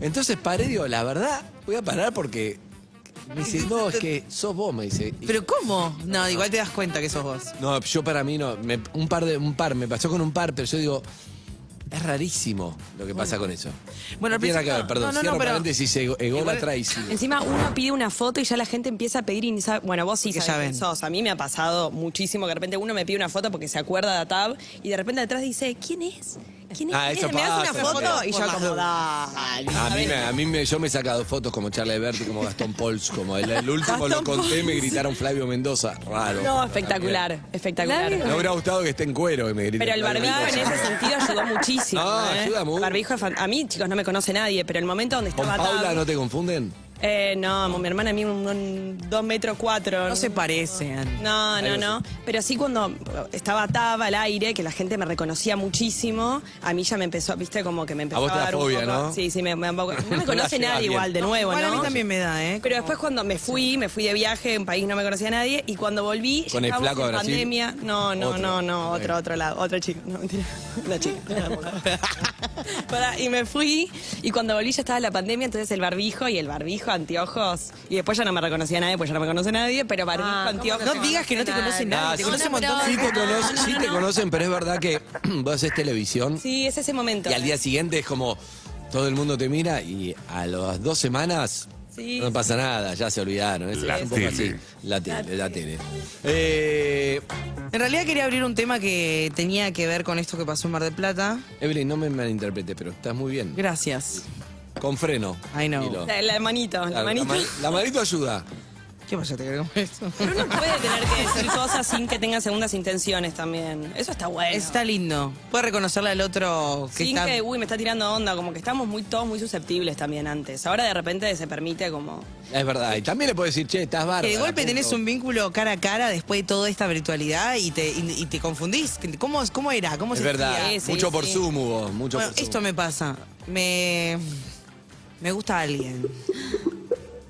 Speaker 7: Entonces paré, digo, la verdad, voy a parar porque. Me dice, no, es que sos vos, me dice. Y
Speaker 8: ¿Pero cómo? No, igual te das cuenta que sos vos.
Speaker 7: no, yo para mí no. me- un, par de, un par, me pasó con un par, pero yo digo, es rarísimo lo que pasa con eso.
Speaker 8: Bueno, al
Speaker 7: no tiene nada que
Speaker 8: principio-
Speaker 7: ver, perdón,
Speaker 8: no, no, no,
Speaker 7: cierro
Speaker 8: pero-
Speaker 7: paréntesis, ego- ególatra y sí.
Speaker 1: Encima uno pide una foto y ya la gente empieza a pedir y ni sabe- Bueno, vos sí
Speaker 8: Porque
Speaker 1: sabés
Speaker 8: ya
Speaker 1: quién
Speaker 8: ven.
Speaker 1: sos. A mí me ha pasado muchísimo que de repente uno me pide una foto porque se acuerda de Atab y de repente detrás dice, ¿quién es? ¿Quién es?
Speaker 7: Ah,
Speaker 1: ¿Quién
Speaker 7: eso
Speaker 1: es? me das
Speaker 7: pasa,
Speaker 1: una foto
Speaker 7: también.
Speaker 1: y yo
Speaker 8: Por las
Speaker 1: como, dale.
Speaker 7: A mí, me, a mí me- yo me he sacado fotos como Charlie Berti, como Gastón Pols, como el, el último lo
Speaker 1: Gastón
Speaker 7: conté, me
Speaker 1: Pauls.
Speaker 7: gritaron Flavio Mendoza. Raro.
Speaker 1: No, espectacular, espectacular.
Speaker 7: Me hubiera gustado que esté en cuero y me
Speaker 1: Pero
Speaker 7: gritaron.
Speaker 1: el
Speaker 7: Flavio
Speaker 1: barbijo en
Speaker 7: Mendoza.
Speaker 1: ese sentido ayudó muchísimo.
Speaker 7: No,
Speaker 1: ¿eh?
Speaker 7: ayuda mucho.
Speaker 1: El barbijo es fan- A mí, chicos, no me conoce nadie, pero el momento donde
Speaker 7: ¿Con
Speaker 1: estaba
Speaker 7: Paula
Speaker 1: Atab...
Speaker 7: no te confunden?
Speaker 1: Eh, no, mi hermana a mí un, un dos metros cuatro.
Speaker 8: No se parecen.
Speaker 1: No, no, no. Pero sí cuando estaba Taba al aire, que la gente me reconocía muchísimo, a mí ya me empezó, viste, como que me empezó a,
Speaker 7: A vos te da
Speaker 1: dar un
Speaker 7: fobia,
Speaker 1: poco-
Speaker 7: ¿no?
Speaker 1: Sí, sí, me, me da un poco- No me conoce
Speaker 7: La llevas
Speaker 1: nadie
Speaker 7: bien.
Speaker 1: igual, de nuevo,
Speaker 8: Igual
Speaker 1: ¿no?
Speaker 8: a mí también me da, ¿eh?
Speaker 1: Pero después cuando me fui, me fui de viaje, en país no me conocía nadie, y cuando volví, ya
Speaker 7: Con el
Speaker 1: estábamos
Speaker 7: flaco
Speaker 1: en
Speaker 7: de Brasil.
Speaker 1: pandemia. No, no,
Speaker 7: Otro.
Speaker 1: no, no, otro,
Speaker 7: Sí.
Speaker 1: otro lado, otro chico. No, mentira. Una chica. Ah, Pará, y me fui, y cuando volví ya estaba la pandemia, entonces el barbijo y el barbijo, anteojos. Y después ya no me reconocía nadie, pues ya no me conoce nadie, pero barbijo,
Speaker 10: Ah, ¿cómo
Speaker 1: anteojos.
Speaker 8: No digas que no te conoce
Speaker 10: Nah,
Speaker 1: Ah,
Speaker 8: nadie, te
Speaker 7: Ah, sí.
Speaker 8: conoce un
Speaker 10: No, no,
Speaker 8: montón de
Speaker 7: Sí
Speaker 10: pero-
Speaker 7: te, conocen, sí
Speaker 1: no,
Speaker 7: te
Speaker 1: no.
Speaker 7: conocen, pero es verdad que vos haces televisión
Speaker 1: Sí, es ese momento.
Speaker 7: Y al día siguiente es como, Todo el mundo te mira y a las dos semanas
Speaker 1: Sí.
Speaker 7: no pasa nada, ya se olvidaron. Es
Speaker 9: La
Speaker 7: un poco
Speaker 9: tele.
Speaker 7: así. La tele, la tele. Eh,
Speaker 8: En realidad quería abrir un tema que tenía que ver con esto que pasó en Mar del Plata.
Speaker 7: Evelyn, no me malinterprete, pero estás muy bien.
Speaker 8: Gracias.
Speaker 7: Con freno.
Speaker 8: I know.
Speaker 7: Hilo.
Speaker 1: La, la manito, la
Speaker 7: La,
Speaker 1: manito.
Speaker 7: ma- la manito ayuda.
Speaker 8: ¿Qué pasa? ¿Te creo esto?
Speaker 1: Pero uno puede tener que decir cosas sin que tenga segundas intenciones también. Eso está bueno.
Speaker 8: Está lindo. Puede reconocerle al otro que
Speaker 1: sin
Speaker 8: está...
Speaker 1: que, uy, me está tirando onda, como que estamos muy todos muy susceptibles también antes. Ahora de repente se permite como...
Speaker 7: Es verdad. Y también le puedo decir, che, estás bárbaro.
Speaker 8: Que de golpe tenés un vínculo cara a cara después de toda esta virtualidad y te, y, y te confundís. ¿Cómo, cómo era? ¿Cómo
Speaker 7: Es
Speaker 8: se
Speaker 7: verdad.
Speaker 8: hacía?
Speaker 1: Sí, sí,
Speaker 7: mucho por
Speaker 1: sí.
Speaker 7: Zoom hubo. Mucho
Speaker 8: Bueno,
Speaker 7: por Zoom.
Speaker 8: esto me pasa. Me, me gusta alguien.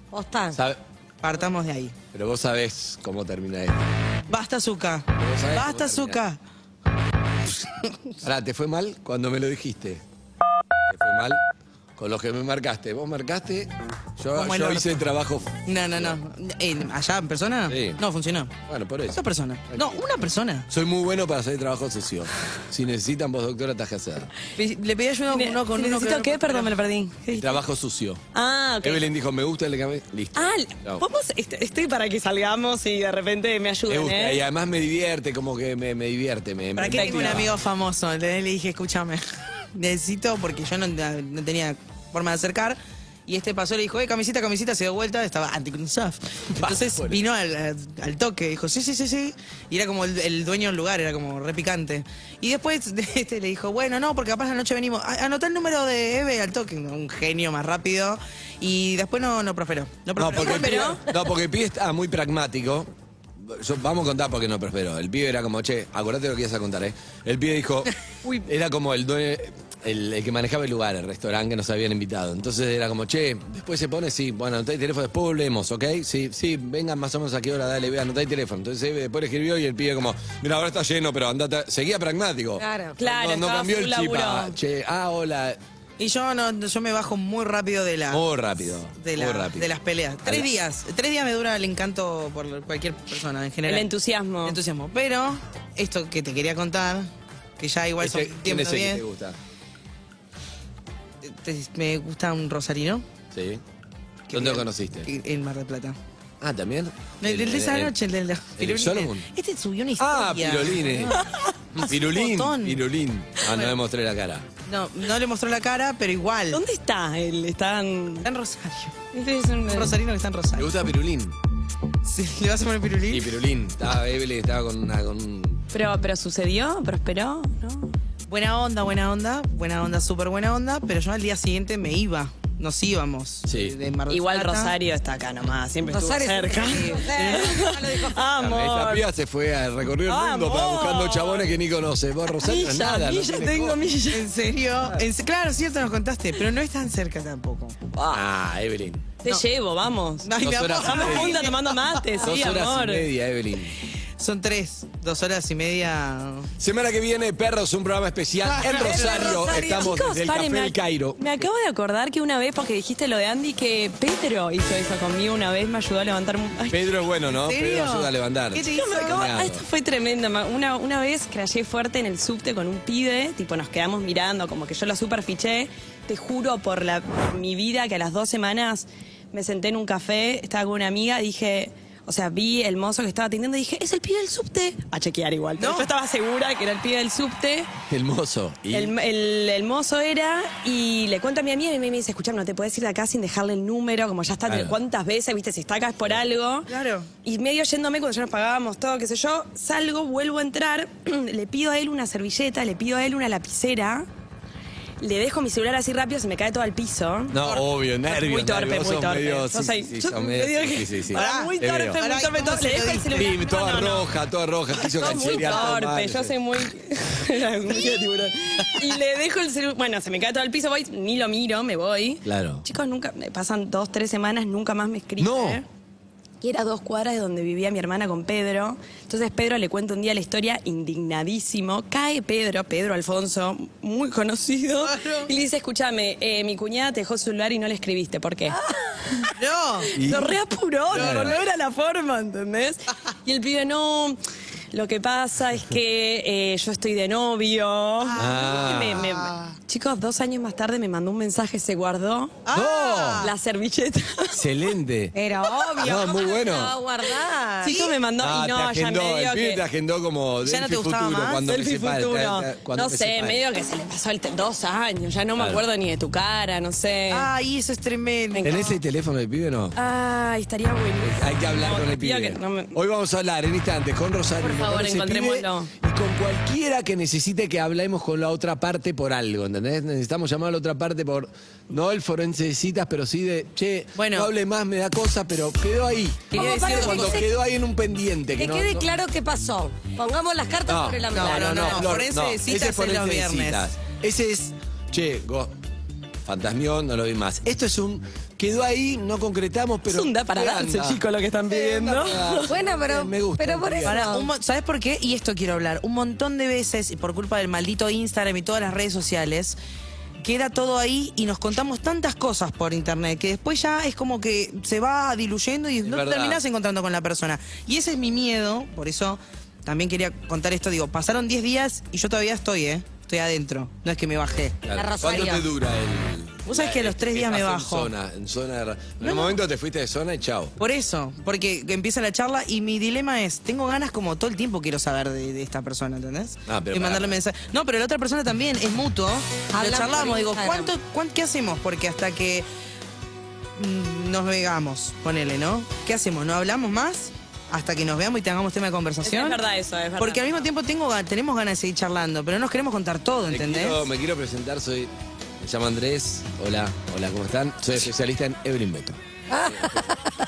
Speaker 10: Posta.
Speaker 7: Sabe-
Speaker 8: Partamos de ahí.
Speaker 7: Pero vos sabés cómo termina esto.
Speaker 8: Basta, Zuka.
Speaker 7: vos sabés
Speaker 8: Basta,
Speaker 7: cómo termina.
Speaker 8: Zuka.
Speaker 7: Pará, ¿te fue mal cuando me lo dijiste? ¿Te fue mal? Con los que me marcaste. Vos marcaste, yo,
Speaker 8: Como el
Speaker 7: yo
Speaker 8: orto.
Speaker 7: hice el trabajo.
Speaker 8: No, no, no. Eh, ¿Allá en persona?
Speaker 7: Sí.
Speaker 8: No, funcionó.
Speaker 7: Bueno, por eso.
Speaker 8: Dos personas. No, una persona.
Speaker 7: Soy muy bueno para hacer trabajo sucio. Si necesitan postdoctora, estás casada.
Speaker 8: Le le pedí ayuda a
Speaker 1: Mire,
Speaker 8: uno con
Speaker 1: si
Speaker 8: uno.
Speaker 1: necesito qué, perdón, me lo perdí.
Speaker 7: El trabajo sucio.
Speaker 1: Ah, ok.
Speaker 7: Evelyn dijo, me gusta el café. Listo.
Speaker 1: Ah,
Speaker 7: Chao.
Speaker 1: vamos, estoy para que salgamos y de repente me
Speaker 7: Me
Speaker 1: ayuden,
Speaker 7: gusta.
Speaker 1: ¿eh?
Speaker 7: Y además me divierte, como que me, me divierte. Me,
Speaker 8: ¿Para
Speaker 7: me
Speaker 8: qué tengo un
Speaker 7: motiva.
Speaker 8: amigo famoso? Le le dije, escúchame, necesito porque yo no, no tenía forma de acercar. Y este pasó, le dijo, eh, camisita, camisita, se dio vuelta, estaba anticruzaf. Entonces
Speaker 7: Bueno.
Speaker 8: vino al, al toque, dijo, sí, sí, sí, sí. Y era como el, el dueño del lugar, era como repicante. Y después de este le dijo, bueno, no, porque capaz la noche venimos. A- Anotá el número de Eve al toque, un genio más rápido. Y después no, no prosperó. No
Speaker 7: No,
Speaker 8: prosperó.
Speaker 7: porque el pibe,
Speaker 8: Pero-
Speaker 7: no, porque el pibe está muy pragmático. Yo- vamos a contar porque no prosperó. El pibe era como, che, acordate lo que ibas a contar, ¿eh? El pibe dijo, era como el dueño, el, el que manejaba el lugar, el restaurante que nos habían invitado. Entonces era como, che, después se pone, sí, bueno, anotá el teléfono, después volvemos, ¿ok? Sí, sí, vengan más o menos a qué hora, dale, ve, anotá el teléfono. Entonces eh, después le escribió y el pibe como, mira, ahora está lleno, pero andate. Seguía pragmático.
Speaker 10: Claro.
Speaker 1: Claro,
Speaker 7: No, no
Speaker 1: estaba
Speaker 7: cambió el
Speaker 1: full
Speaker 7: chip. a,
Speaker 1: laburo.
Speaker 7: Che, ah, hola.
Speaker 8: Y yo no, yo me bajo muy rápido de la.
Speaker 7: Muy rápido,
Speaker 8: De,
Speaker 7: muy
Speaker 8: la-
Speaker 7: rápido.
Speaker 8: de las peleas. Tres
Speaker 7: Al-
Speaker 8: días. Tres días me dura el encanto por cualquier persona en general.
Speaker 1: El entusiasmo.
Speaker 8: El entusiasmo. Pero, esto que te quería contar, que ya igual
Speaker 7: Este,
Speaker 8: son
Speaker 7: ¿Quién
Speaker 8: 10
Speaker 7: es el que te
Speaker 8: menos
Speaker 7: gusta?
Speaker 8: 10, te- Me gusta un rosarino.
Speaker 7: Sí.
Speaker 8: que
Speaker 7: ¿Dónde lo
Speaker 8: vive-
Speaker 7: conociste?
Speaker 8: que- En Mar del Plata.
Speaker 7: Ah, también.
Speaker 8: El, el de esa noche, el de la Pirulines.
Speaker 7: Solomon?
Speaker 8: Este subió una historia.
Speaker 7: Ah, Pirulines. Pirulín.
Speaker 8: montón.
Speaker 7: Pirulín. Ah, no me mostré la cara.
Speaker 8: No, no le mostró la cara, pero igual.
Speaker 1: ¿Dónde está él? Están...
Speaker 8: Está en Rosario.
Speaker 1: Este es un...
Speaker 8: Un rosarino que está en
Speaker 7: Me
Speaker 8: Rosario.
Speaker 7: gusta Pirulín.
Speaker 8: Sí, ¿Le vas a poner pirulín?
Speaker 7: Y Pirulín. Estaba Evelyn, estaba con una. Con... un-
Speaker 1: Pero, pero sucedió, prosperó, ¿no?
Speaker 8: Buena onda, buena onda, buena onda, súper buena onda, pero yo al día siguiente me iba, nos íbamos.
Speaker 7: Sí.
Speaker 8: de Mar del
Speaker 1: Igual
Speaker 8: Plata. Ah,
Speaker 1: Rosario está acá nomás, siempre estuvo
Speaker 10: Rosario
Speaker 1: cerca.
Speaker 7: Esta
Speaker 1: Amor.
Speaker 7: piba se fue a recorrer el mundo para
Speaker 1: Amor.
Speaker 7: buscando chabones que ni conoce. Vos, Rosario,
Speaker 1: Milla,
Speaker 7: nada. no
Speaker 1: milla,
Speaker 7: tiene
Speaker 1: tengo
Speaker 7: cosa.
Speaker 1: milla.
Speaker 8: ¿En serio? En se- claro, cierto, nos contaste, pero no es tan cerca tampoco.
Speaker 7: Ah, Evelyn.
Speaker 1: Te llevo, vamos.
Speaker 8: Ay,
Speaker 7: Dos
Speaker 8: mi amor.
Speaker 7: horas y
Speaker 1: Estamos
Speaker 7: media.
Speaker 1: juntas tomando mate,
Speaker 7: Dos
Speaker 1: sí,
Speaker 7: horas
Speaker 1: amor.
Speaker 7: y media, Evelyn.
Speaker 8: Son tres, dos horas y media.
Speaker 7: Semana que viene, Perros, un programa especial en Rosario. Estamos
Speaker 1: Chicos,
Speaker 7: desde el
Speaker 1: paren,
Speaker 7: Café
Speaker 1: me,
Speaker 7: del Cairo.
Speaker 1: me acabo de acordar que una vez, porque dijiste lo de Andy, que Pedro hizo eso conmigo una vez, me ayudó a levantar un... Ay,
Speaker 7: Pedro es bueno, ¿no?
Speaker 8: ¿En serio?
Speaker 7: Pedro ayuda a levantar.
Speaker 8: ¿Qué te
Speaker 1: No, me acabo-
Speaker 7: Claro.
Speaker 1: ah, Esto fue tremendo. ma- Una, una vez crashé fuerte en el subte con un pibe, tipo nos quedamos mirando, como que yo lo super fiché. Te juro por, la, por mi vida que a las dos semanas me senté en un café, estaba con una amiga, dije, o sea, vi el mozo que estaba atendiendo y dije, es el pibe del subte. A chequear igual. pero
Speaker 8: No.
Speaker 1: Yo estaba segura que era el pibe del subte.
Speaker 7: Hermoso. Y
Speaker 1: El, el- el mozo era y le cuento a mi amiga y mi amiga me dice, escuchame, no te puedes ir de acá sin dejarle el número, como ya está,
Speaker 7: Claro.
Speaker 1: ¿cuántas veces? Viste, si está acá es por algo.
Speaker 8: Claro.
Speaker 1: Y medio yéndome cuando ya nos pagábamos todo, qué sé yo, salgo, vuelvo a entrar, le pido a él una servilleta, le pido a él una lapicera, le dejo mi celular así rápido, se me cae todo al piso.
Speaker 7: No, obvio, nervios.
Speaker 1: muy torpe,
Speaker 7: nervios,
Speaker 1: muy
Speaker 7: sos
Speaker 1: torpe.
Speaker 7: medio- sí,
Speaker 1: Sos ahí-
Speaker 7: sí,
Speaker 1: yo
Speaker 7: sos
Speaker 1: te digo
Speaker 7: medio-
Speaker 1: que-
Speaker 7: sí, sí, sí.
Speaker 8: Ah,
Speaker 1: Pará, muy
Speaker 7: te
Speaker 1: torpe,
Speaker 7: veo.
Speaker 1: muy
Speaker 8: Pará, ¿y
Speaker 1: torpe.
Speaker 8: cómo
Speaker 1: todo,
Speaker 8: se
Speaker 1: le
Speaker 8: lo
Speaker 1: dejo el
Speaker 8: diste?
Speaker 1: celular.
Speaker 7: Sí, toda
Speaker 1: No, no, no.
Speaker 7: roja, toda roja. Quiso
Speaker 1: Soy muy
Speaker 7: cancelar, todo
Speaker 1: torpe,
Speaker 7: mal,
Speaker 1: yo
Speaker 7: sí.
Speaker 1: soy muy. Muy tiburón. y le dejo el celular. Bueno, se me cae todo al piso, voy, ni lo miro, me voy.
Speaker 7: Claro.
Speaker 1: Chicos, nunca. Pasan dos, tres semanas, nunca más me escriben.
Speaker 7: No.
Speaker 1: Y era a dos cuadras de donde vivía mi hermana con Pedro. Entonces Pedro le cuenta un día la historia indignadísimo. Cae Pedro, Pedro Alfonso, muy conocido. Y le dice, escúchame, eh, mi cuñada te dejó su celular y no le escribiste. ¿Por
Speaker 7: Ah.
Speaker 1: qué?
Speaker 8: No.
Speaker 7: Y-
Speaker 1: Lo reapuró,
Speaker 7: Claro.
Speaker 1: tipo, no era la forma, ¿entendés? Y el pibe, no, lo que pasa es que eh, yo estoy de novio.
Speaker 7: Ah.
Speaker 1: Me- me- Chicos, dos años más tarde me mandó un mensaje, se guardó
Speaker 7: Ah. ¡No!
Speaker 1: la servilleta.
Speaker 7: Excelente.
Speaker 10: Era
Speaker 7: No,
Speaker 10: obvio.
Speaker 7: muy bueno.
Speaker 10: No, a guardar.
Speaker 1: Chicos, me mandó
Speaker 7: Ah,
Speaker 1: y Eh, no,
Speaker 7: te
Speaker 1: ya
Speaker 7: agendó,
Speaker 1: medio
Speaker 7: el pibe
Speaker 1: que...
Speaker 7: te agendó como
Speaker 8: ¿Ya no
Speaker 7: Delphi
Speaker 8: te gustaba
Speaker 7: futuro
Speaker 8: más?
Speaker 7: cuando
Speaker 1: Delphi
Speaker 7: me sepa,
Speaker 1: futuro.
Speaker 7: ta- ta- cuando
Speaker 1: No
Speaker 7: me
Speaker 1: sé,
Speaker 7: sepa.
Speaker 1: medio que se le pasó el te- dos años, ya no me
Speaker 7: Claro.
Speaker 1: acuerdo ni de tu cara, no sé.
Speaker 10: Ah.
Speaker 8: Ay, eso es tremendo.
Speaker 7: ¿Tenés el teléfono del pibe o no?
Speaker 1: Ay, estaría buenísimo.
Speaker 7: Hay que hablar
Speaker 1: No,
Speaker 7: con el
Speaker 1: te pido
Speaker 7: pibe.
Speaker 1: que no me-
Speaker 7: Hoy vamos a hablar en instantes con Rosario.
Speaker 1: Por
Speaker 7: con
Speaker 1: favor,
Speaker 7: ese pibe
Speaker 1: encontrémoslo.
Speaker 7: Y con cualquiera que necesite que hablemos con la otra parte por algo, ¿entendés? Necesitamos llamar a la otra parte por. No el forense de citas, pero sí de. Che,
Speaker 8: Bueno.
Speaker 7: no hable más, me da cosa, pero quedó ahí.
Speaker 10: Quería
Speaker 7: Como
Speaker 10: decir
Speaker 7: cuando
Speaker 10: algo.
Speaker 7: quedó ahí en un pendiente.
Speaker 10: Que
Speaker 7: no-
Speaker 10: quede
Speaker 7: no-
Speaker 10: claro qué pasó. Pongamos las cartas
Speaker 7: No,
Speaker 10: sobre la
Speaker 8: no,
Speaker 10: mesa.
Speaker 8: no, no.
Speaker 7: Flor,
Speaker 8: forense de citas
Speaker 7: ese
Speaker 8: es los
Speaker 7: de
Speaker 8: viernes.
Speaker 7: citas. Ese es, che, go- fantasmión, no lo vi más. Esto es un, quedó ahí, no concretamos, pero...
Speaker 1: Es un da para
Speaker 7: ¿qué
Speaker 1: darse,
Speaker 7: anda?
Speaker 1: chicos, lo que están
Speaker 7: ¿Qué
Speaker 1: pidiendo.
Speaker 7: anda para dar?
Speaker 10: Bueno, pero-
Speaker 7: Me gusta.
Speaker 10: pero por
Speaker 7: bien.
Speaker 10: eso-
Speaker 8: Pará, un mo- ¿Sabes por qué? Y esto quiero hablar. Un montón de veces, y por culpa del maldito Instagram y todas las redes sociales, queda todo ahí y nos contamos tantas cosas por internet que después ya es como que se va diluyendo y no te
Speaker 7: verdad.
Speaker 8: terminás encontrando con la persona. Y ese es mi miedo, por eso también quería contar esto. Digo, pasaron 10 días y yo todavía estoy, ¿eh? Estoy adentro. No es que me bajé.
Speaker 7: Claro.
Speaker 10: La
Speaker 7: ¿Cuánto
Speaker 10: Rosalía.
Speaker 7: te dura el...?
Speaker 8: Vos sabés que a los tres días me
Speaker 7: estás
Speaker 8: bajo.
Speaker 7: En zona, en zona de ra- En
Speaker 8: No,
Speaker 7: un
Speaker 8: no.
Speaker 7: momento te fuiste de zona y chao.
Speaker 8: Por eso, porque empieza la charla y mi dilema es, tengo ganas como todo el tiempo quiero saber de, de esta persona, ¿entendés?
Speaker 7: Ah, pero pará,
Speaker 8: y
Speaker 7: pará.
Speaker 8: mandarle mensaje. No, pero la otra persona también es mutuo. Lo
Speaker 10: Hablan por
Speaker 8: charlamos, digo,
Speaker 10: Instagram.
Speaker 8: ¿cuánto, cuán- ¿qué hacemos? Porque hasta que mm, nos veamos, ponele, ¿no? ¿Qué hacemos? ¿No hablamos más? Hasta que nos veamos y tengamos tema de
Speaker 1: Es, es
Speaker 8: conversación.
Speaker 1: verdad eso, es verdad.
Speaker 8: Porque al mismo tiempo tengo, ga- tenemos ganas de seguir charlando, pero no nos queremos contar todo,
Speaker 7: Me
Speaker 8: ¿entendés?
Speaker 7: quiero, me quiero presentar, soy... Me llamo Andrés, hola, hola, ¿cómo están? Soy especialista en Evelyn Beto.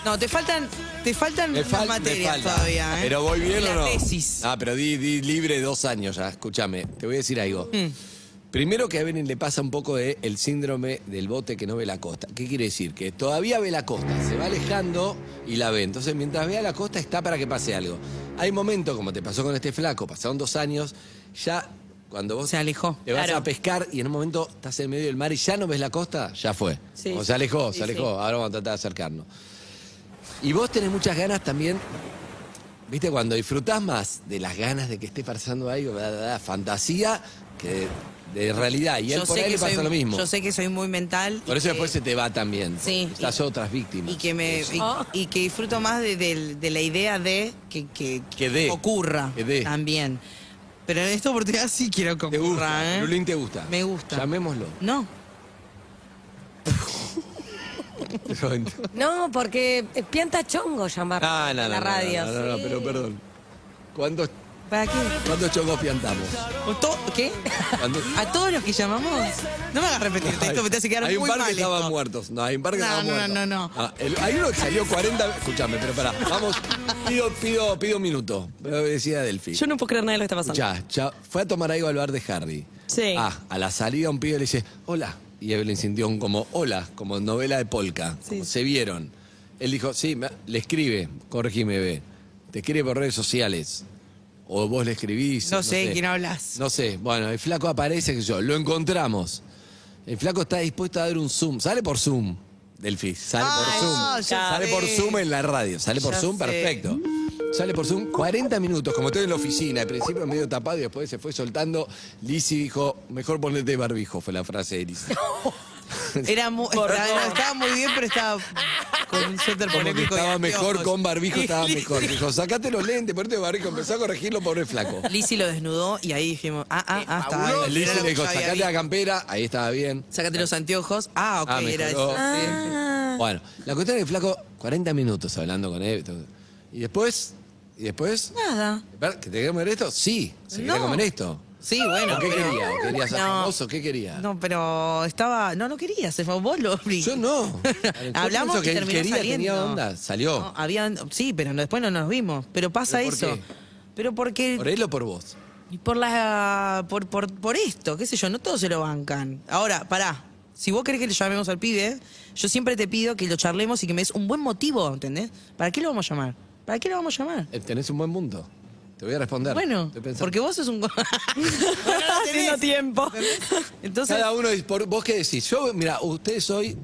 Speaker 8: No, te faltan, te faltan
Speaker 7: Me
Speaker 8: unas
Speaker 7: fal- me
Speaker 8: materias
Speaker 7: falta.
Speaker 8: todavía, ¿eh?
Speaker 7: ¿Pero voy bien
Speaker 8: La
Speaker 7: o no?
Speaker 8: tesis.
Speaker 7: Ah, pero di, di libre dos años ya. Escúchame, te voy a decir algo.
Speaker 8: Mm.
Speaker 7: Primero que a Evelyn le pasa un poco de el síndrome del bote que no ve la costa. ¿Qué quiere decir? Que todavía ve la costa, se va alejando y la ve. Entonces, mientras vea la costa, está para que pase algo. Hay momentos, como te pasó con este flaco, pasaron dos años, ya cuando vos
Speaker 8: Se alejó.
Speaker 7: te vas
Speaker 1: Claro.
Speaker 7: a pescar y en un momento estás en medio del mar y ya no ves la costa, ya fue.
Speaker 1: Sí.
Speaker 7: O se alejó,
Speaker 1: Sí,
Speaker 7: se alejó.
Speaker 1: sí.
Speaker 7: Ahora vamos a tratar de acercarnos. Y vos tenés muchas ganas también, viste, cuando disfrutás más de las ganas de que esté pasando algo, da, da, da, fantasía, que de, de realidad. Y él por ahí le pasa
Speaker 8: soy,
Speaker 7: lo mismo.
Speaker 8: Yo sé que soy muy mental. y
Speaker 7: por eso
Speaker 8: que-
Speaker 7: después se te va también.
Speaker 8: Sí.
Speaker 7: Estás
Speaker 8: Y-
Speaker 7: otras víctimas.
Speaker 8: y que me y,
Speaker 10: Ah.
Speaker 8: y que disfruto más de, del- de la idea de que, que,
Speaker 7: Que dé.
Speaker 8: ocurra
Speaker 7: Que dé.
Speaker 8: también. Pero en esta oportunidad sí quiero que
Speaker 7: ¿Te
Speaker 8: ocurra,
Speaker 7: gusta?
Speaker 8: ¿eh?
Speaker 7: Lulín te gusta.
Speaker 8: Me gusta.
Speaker 7: Llamémoslo.
Speaker 8: No.
Speaker 10: No, porque eh, pianta chongo llamar
Speaker 7: ah, no,
Speaker 10: a
Speaker 7: no,
Speaker 10: la
Speaker 7: no,
Speaker 10: radio.
Speaker 7: No, no, no,
Speaker 10: sí.
Speaker 7: pero perdón. ¿Cuántos,
Speaker 8: ¿Para qué?
Speaker 7: cuántos chongos piantamos?
Speaker 8: ¿O to- ¿Qué?
Speaker 7: ¿Cuántos-
Speaker 8: ¿A todos los que llamamos? No me hagas repetirte esto, me te hace quedar
Speaker 7: Hay un
Speaker 8: muy
Speaker 7: par
Speaker 8: mal
Speaker 7: que
Speaker 8: esto.
Speaker 7: estaban muertos. No, hay un par que
Speaker 8: No,
Speaker 7: estaban
Speaker 8: no,
Speaker 7: muertos.
Speaker 8: no, no.
Speaker 7: Ah, el- hay uno que salió 40 veces. Escuchame, pero pará. Vamos, pido, pido, pido un minuto. Pero decía Delphi.
Speaker 1: Yo no puedo creer nada de lo que está pasando.
Speaker 7: Ya, ya. Fue a tomar algo al bar de Harry.
Speaker 1: Sí.
Speaker 7: Ah, a la salida un pibe le dice, hola. Y Evelyn sintió un como, hola, como novela de polka. Como se vieron. Él dijo, sí, me- le escribe, corregime, ve. Te escribe por redes sociales. O vos le escribís.
Speaker 8: No sé de quién hablas.
Speaker 7: No sé. Bueno, el flaco aparece, qué sé yo, lo encontramos. El flaco está dispuesto a dar un Zoom. Sale por Zoom, Delphi. Sale
Speaker 8: Ay,
Speaker 7: por Zoom.
Speaker 8: no, ya
Speaker 7: sale
Speaker 8: sé.
Speaker 7: por Zoom en la radio. Sale por
Speaker 8: Ya
Speaker 7: Zoom,
Speaker 8: sé.
Speaker 7: perfecto. Sale por Zoom 40 minutos, como estoy en la oficina. Al principio medio tapado y después se fue soltando. Lizzie dijo, mejor ponete barbijo, fue la frase de Lizzie.
Speaker 8: Era mu- estaba, estaba muy bien, pero estaba con un suéter
Speaker 7: Como que
Speaker 8: polémico. y
Speaker 7: estaba mejor
Speaker 8: anteojos.
Speaker 7: con barbijo,
Speaker 8: Y
Speaker 7: estaba
Speaker 8: Lizzy-
Speaker 7: mejor. Dijo, sacate los lentes, ponete barbijo. Empezó a corregirlo, pobre flaco.
Speaker 8: Lizzy lo desnudó y ahí dijimos, ah, ah, ah, está bien. Era
Speaker 7: Lizzie
Speaker 8: lo
Speaker 7: le
Speaker 8: que
Speaker 7: dijo,
Speaker 8: yo había
Speaker 7: sacate
Speaker 8: visto.
Speaker 7: la campera. Ahí estaba bien.
Speaker 8: Sácate los Ah. anteojos. Ah, ok,
Speaker 7: Ah,
Speaker 8: era
Speaker 7: mejoró.
Speaker 8: eso. sí.
Speaker 7: Bueno, la cuestión es que flaco, 40 minutos hablando con él. todo. Y después, y después.
Speaker 8: Nada.
Speaker 7: ¿Ver? ¿Que te quería comer esto? Sí, se quería
Speaker 8: No.
Speaker 7: comer esto.
Speaker 8: Sí, bueno.
Speaker 7: ¿O ¿Qué
Speaker 8: pero-
Speaker 7: quería? ¿Quería ser
Speaker 8: No.
Speaker 7: famoso? ¿Qué quería?
Speaker 8: No, pero estaba. No, no quería ser famoso. Vos lo obligás.
Speaker 7: Yo no. Yo
Speaker 8: Hablamos
Speaker 7: pienso
Speaker 8: y
Speaker 7: que él
Speaker 8: terminó
Speaker 7: quería,
Speaker 8: saliendo.
Speaker 7: tenía onda, salió.
Speaker 8: No, habían, sí, pero no- después no nos vimos. Pero pasa
Speaker 7: ¿Pero por
Speaker 8: eso.
Speaker 7: qué?
Speaker 8: Pero porque.
Speaker 7: ¿Por él o por vos?
Speaker 8: Y Por la por, por, por esto, qué sé yo, no todos se lo bancan. Ahora, pará. Si vos querés que le llamemos al pibe, yo siempre te pido que lo charlemos y que me des un buen motivo, ¿entendés? ¿Para qué lo vamos a llamar? ¿Para qué lo vamos a llamar?
Speaker 7: Eh, Tenés un buen punto. Te voy a responder.
Speaker 8: Bueno,
Speaker 7: Estoy pensando.
Speaker 8: porque vos sos un... Bueno, no tenés.
Speaker 1: Haciendo tiempo.
Speaker 8: Entonces,
Speaker 7: Cada uno, es por- vos qué decís. Yo, mira, ustedes hoy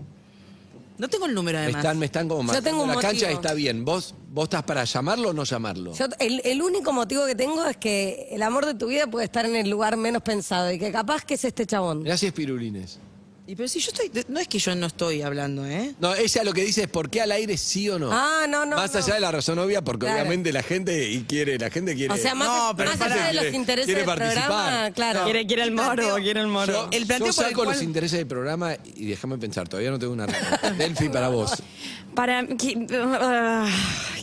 Speaker 8: No tengo el número
Speaker 7: Me
Speaker 8: además.
Speaker 7: están, me están como marcando
Speaker 10: tengo un
Speaker 7: la cancha
Speaker 10: motivo.
Speaker 7: está bien. ¿Vos, ¿Vos estás para llamarlo o no llamarlo?
Speaker 10: Yo, el, el único motivo que tengo es que el amor de tu vida puede estar en el lugar menos pensado y que capaz que es este chabón.
Speaker 7: Gracias, Pirulines.
Speaker 8: Y pero si yo estoy. de- No es que yo no estoy hablando, ¿eh?
Speaker 7: No, ella lo que dice es por qué al aire sí o no.
Speaker 10: Ah, no, no.
Speaker 7: más
Speaker 10: no.
Speaker 7: allá de la razón obvia, porque
Speaker 10: Claro.
Speaker 7: obviamente la gente y quiere, la gente quiere.
Speaker 10: O sea, más,
Speaker 8: No, pero
Speaker 10: más
Speaker 8: pará.
Speaker 10: allá de los
Speaker 7: Quiere-
Speaker 10: intereses
Speaker 7: quiere
Speaker 10: del programa,
Speaker 7: participar.
Speaker 10: claro.
Speaker 1: Quiere, quiere el morbo, quiere el morbo.
Speaker 7: yo,
Speaker 8: el planteo
Speaker 7: yo
Speaker 8: por el
Speaker 7: saco los
Speaker 8: cual-
Speaker 7: intereses del programa y déjame pensar, todavía no tengo una respuesta. Delphi para vos.
Speaker 1: Para que- ah,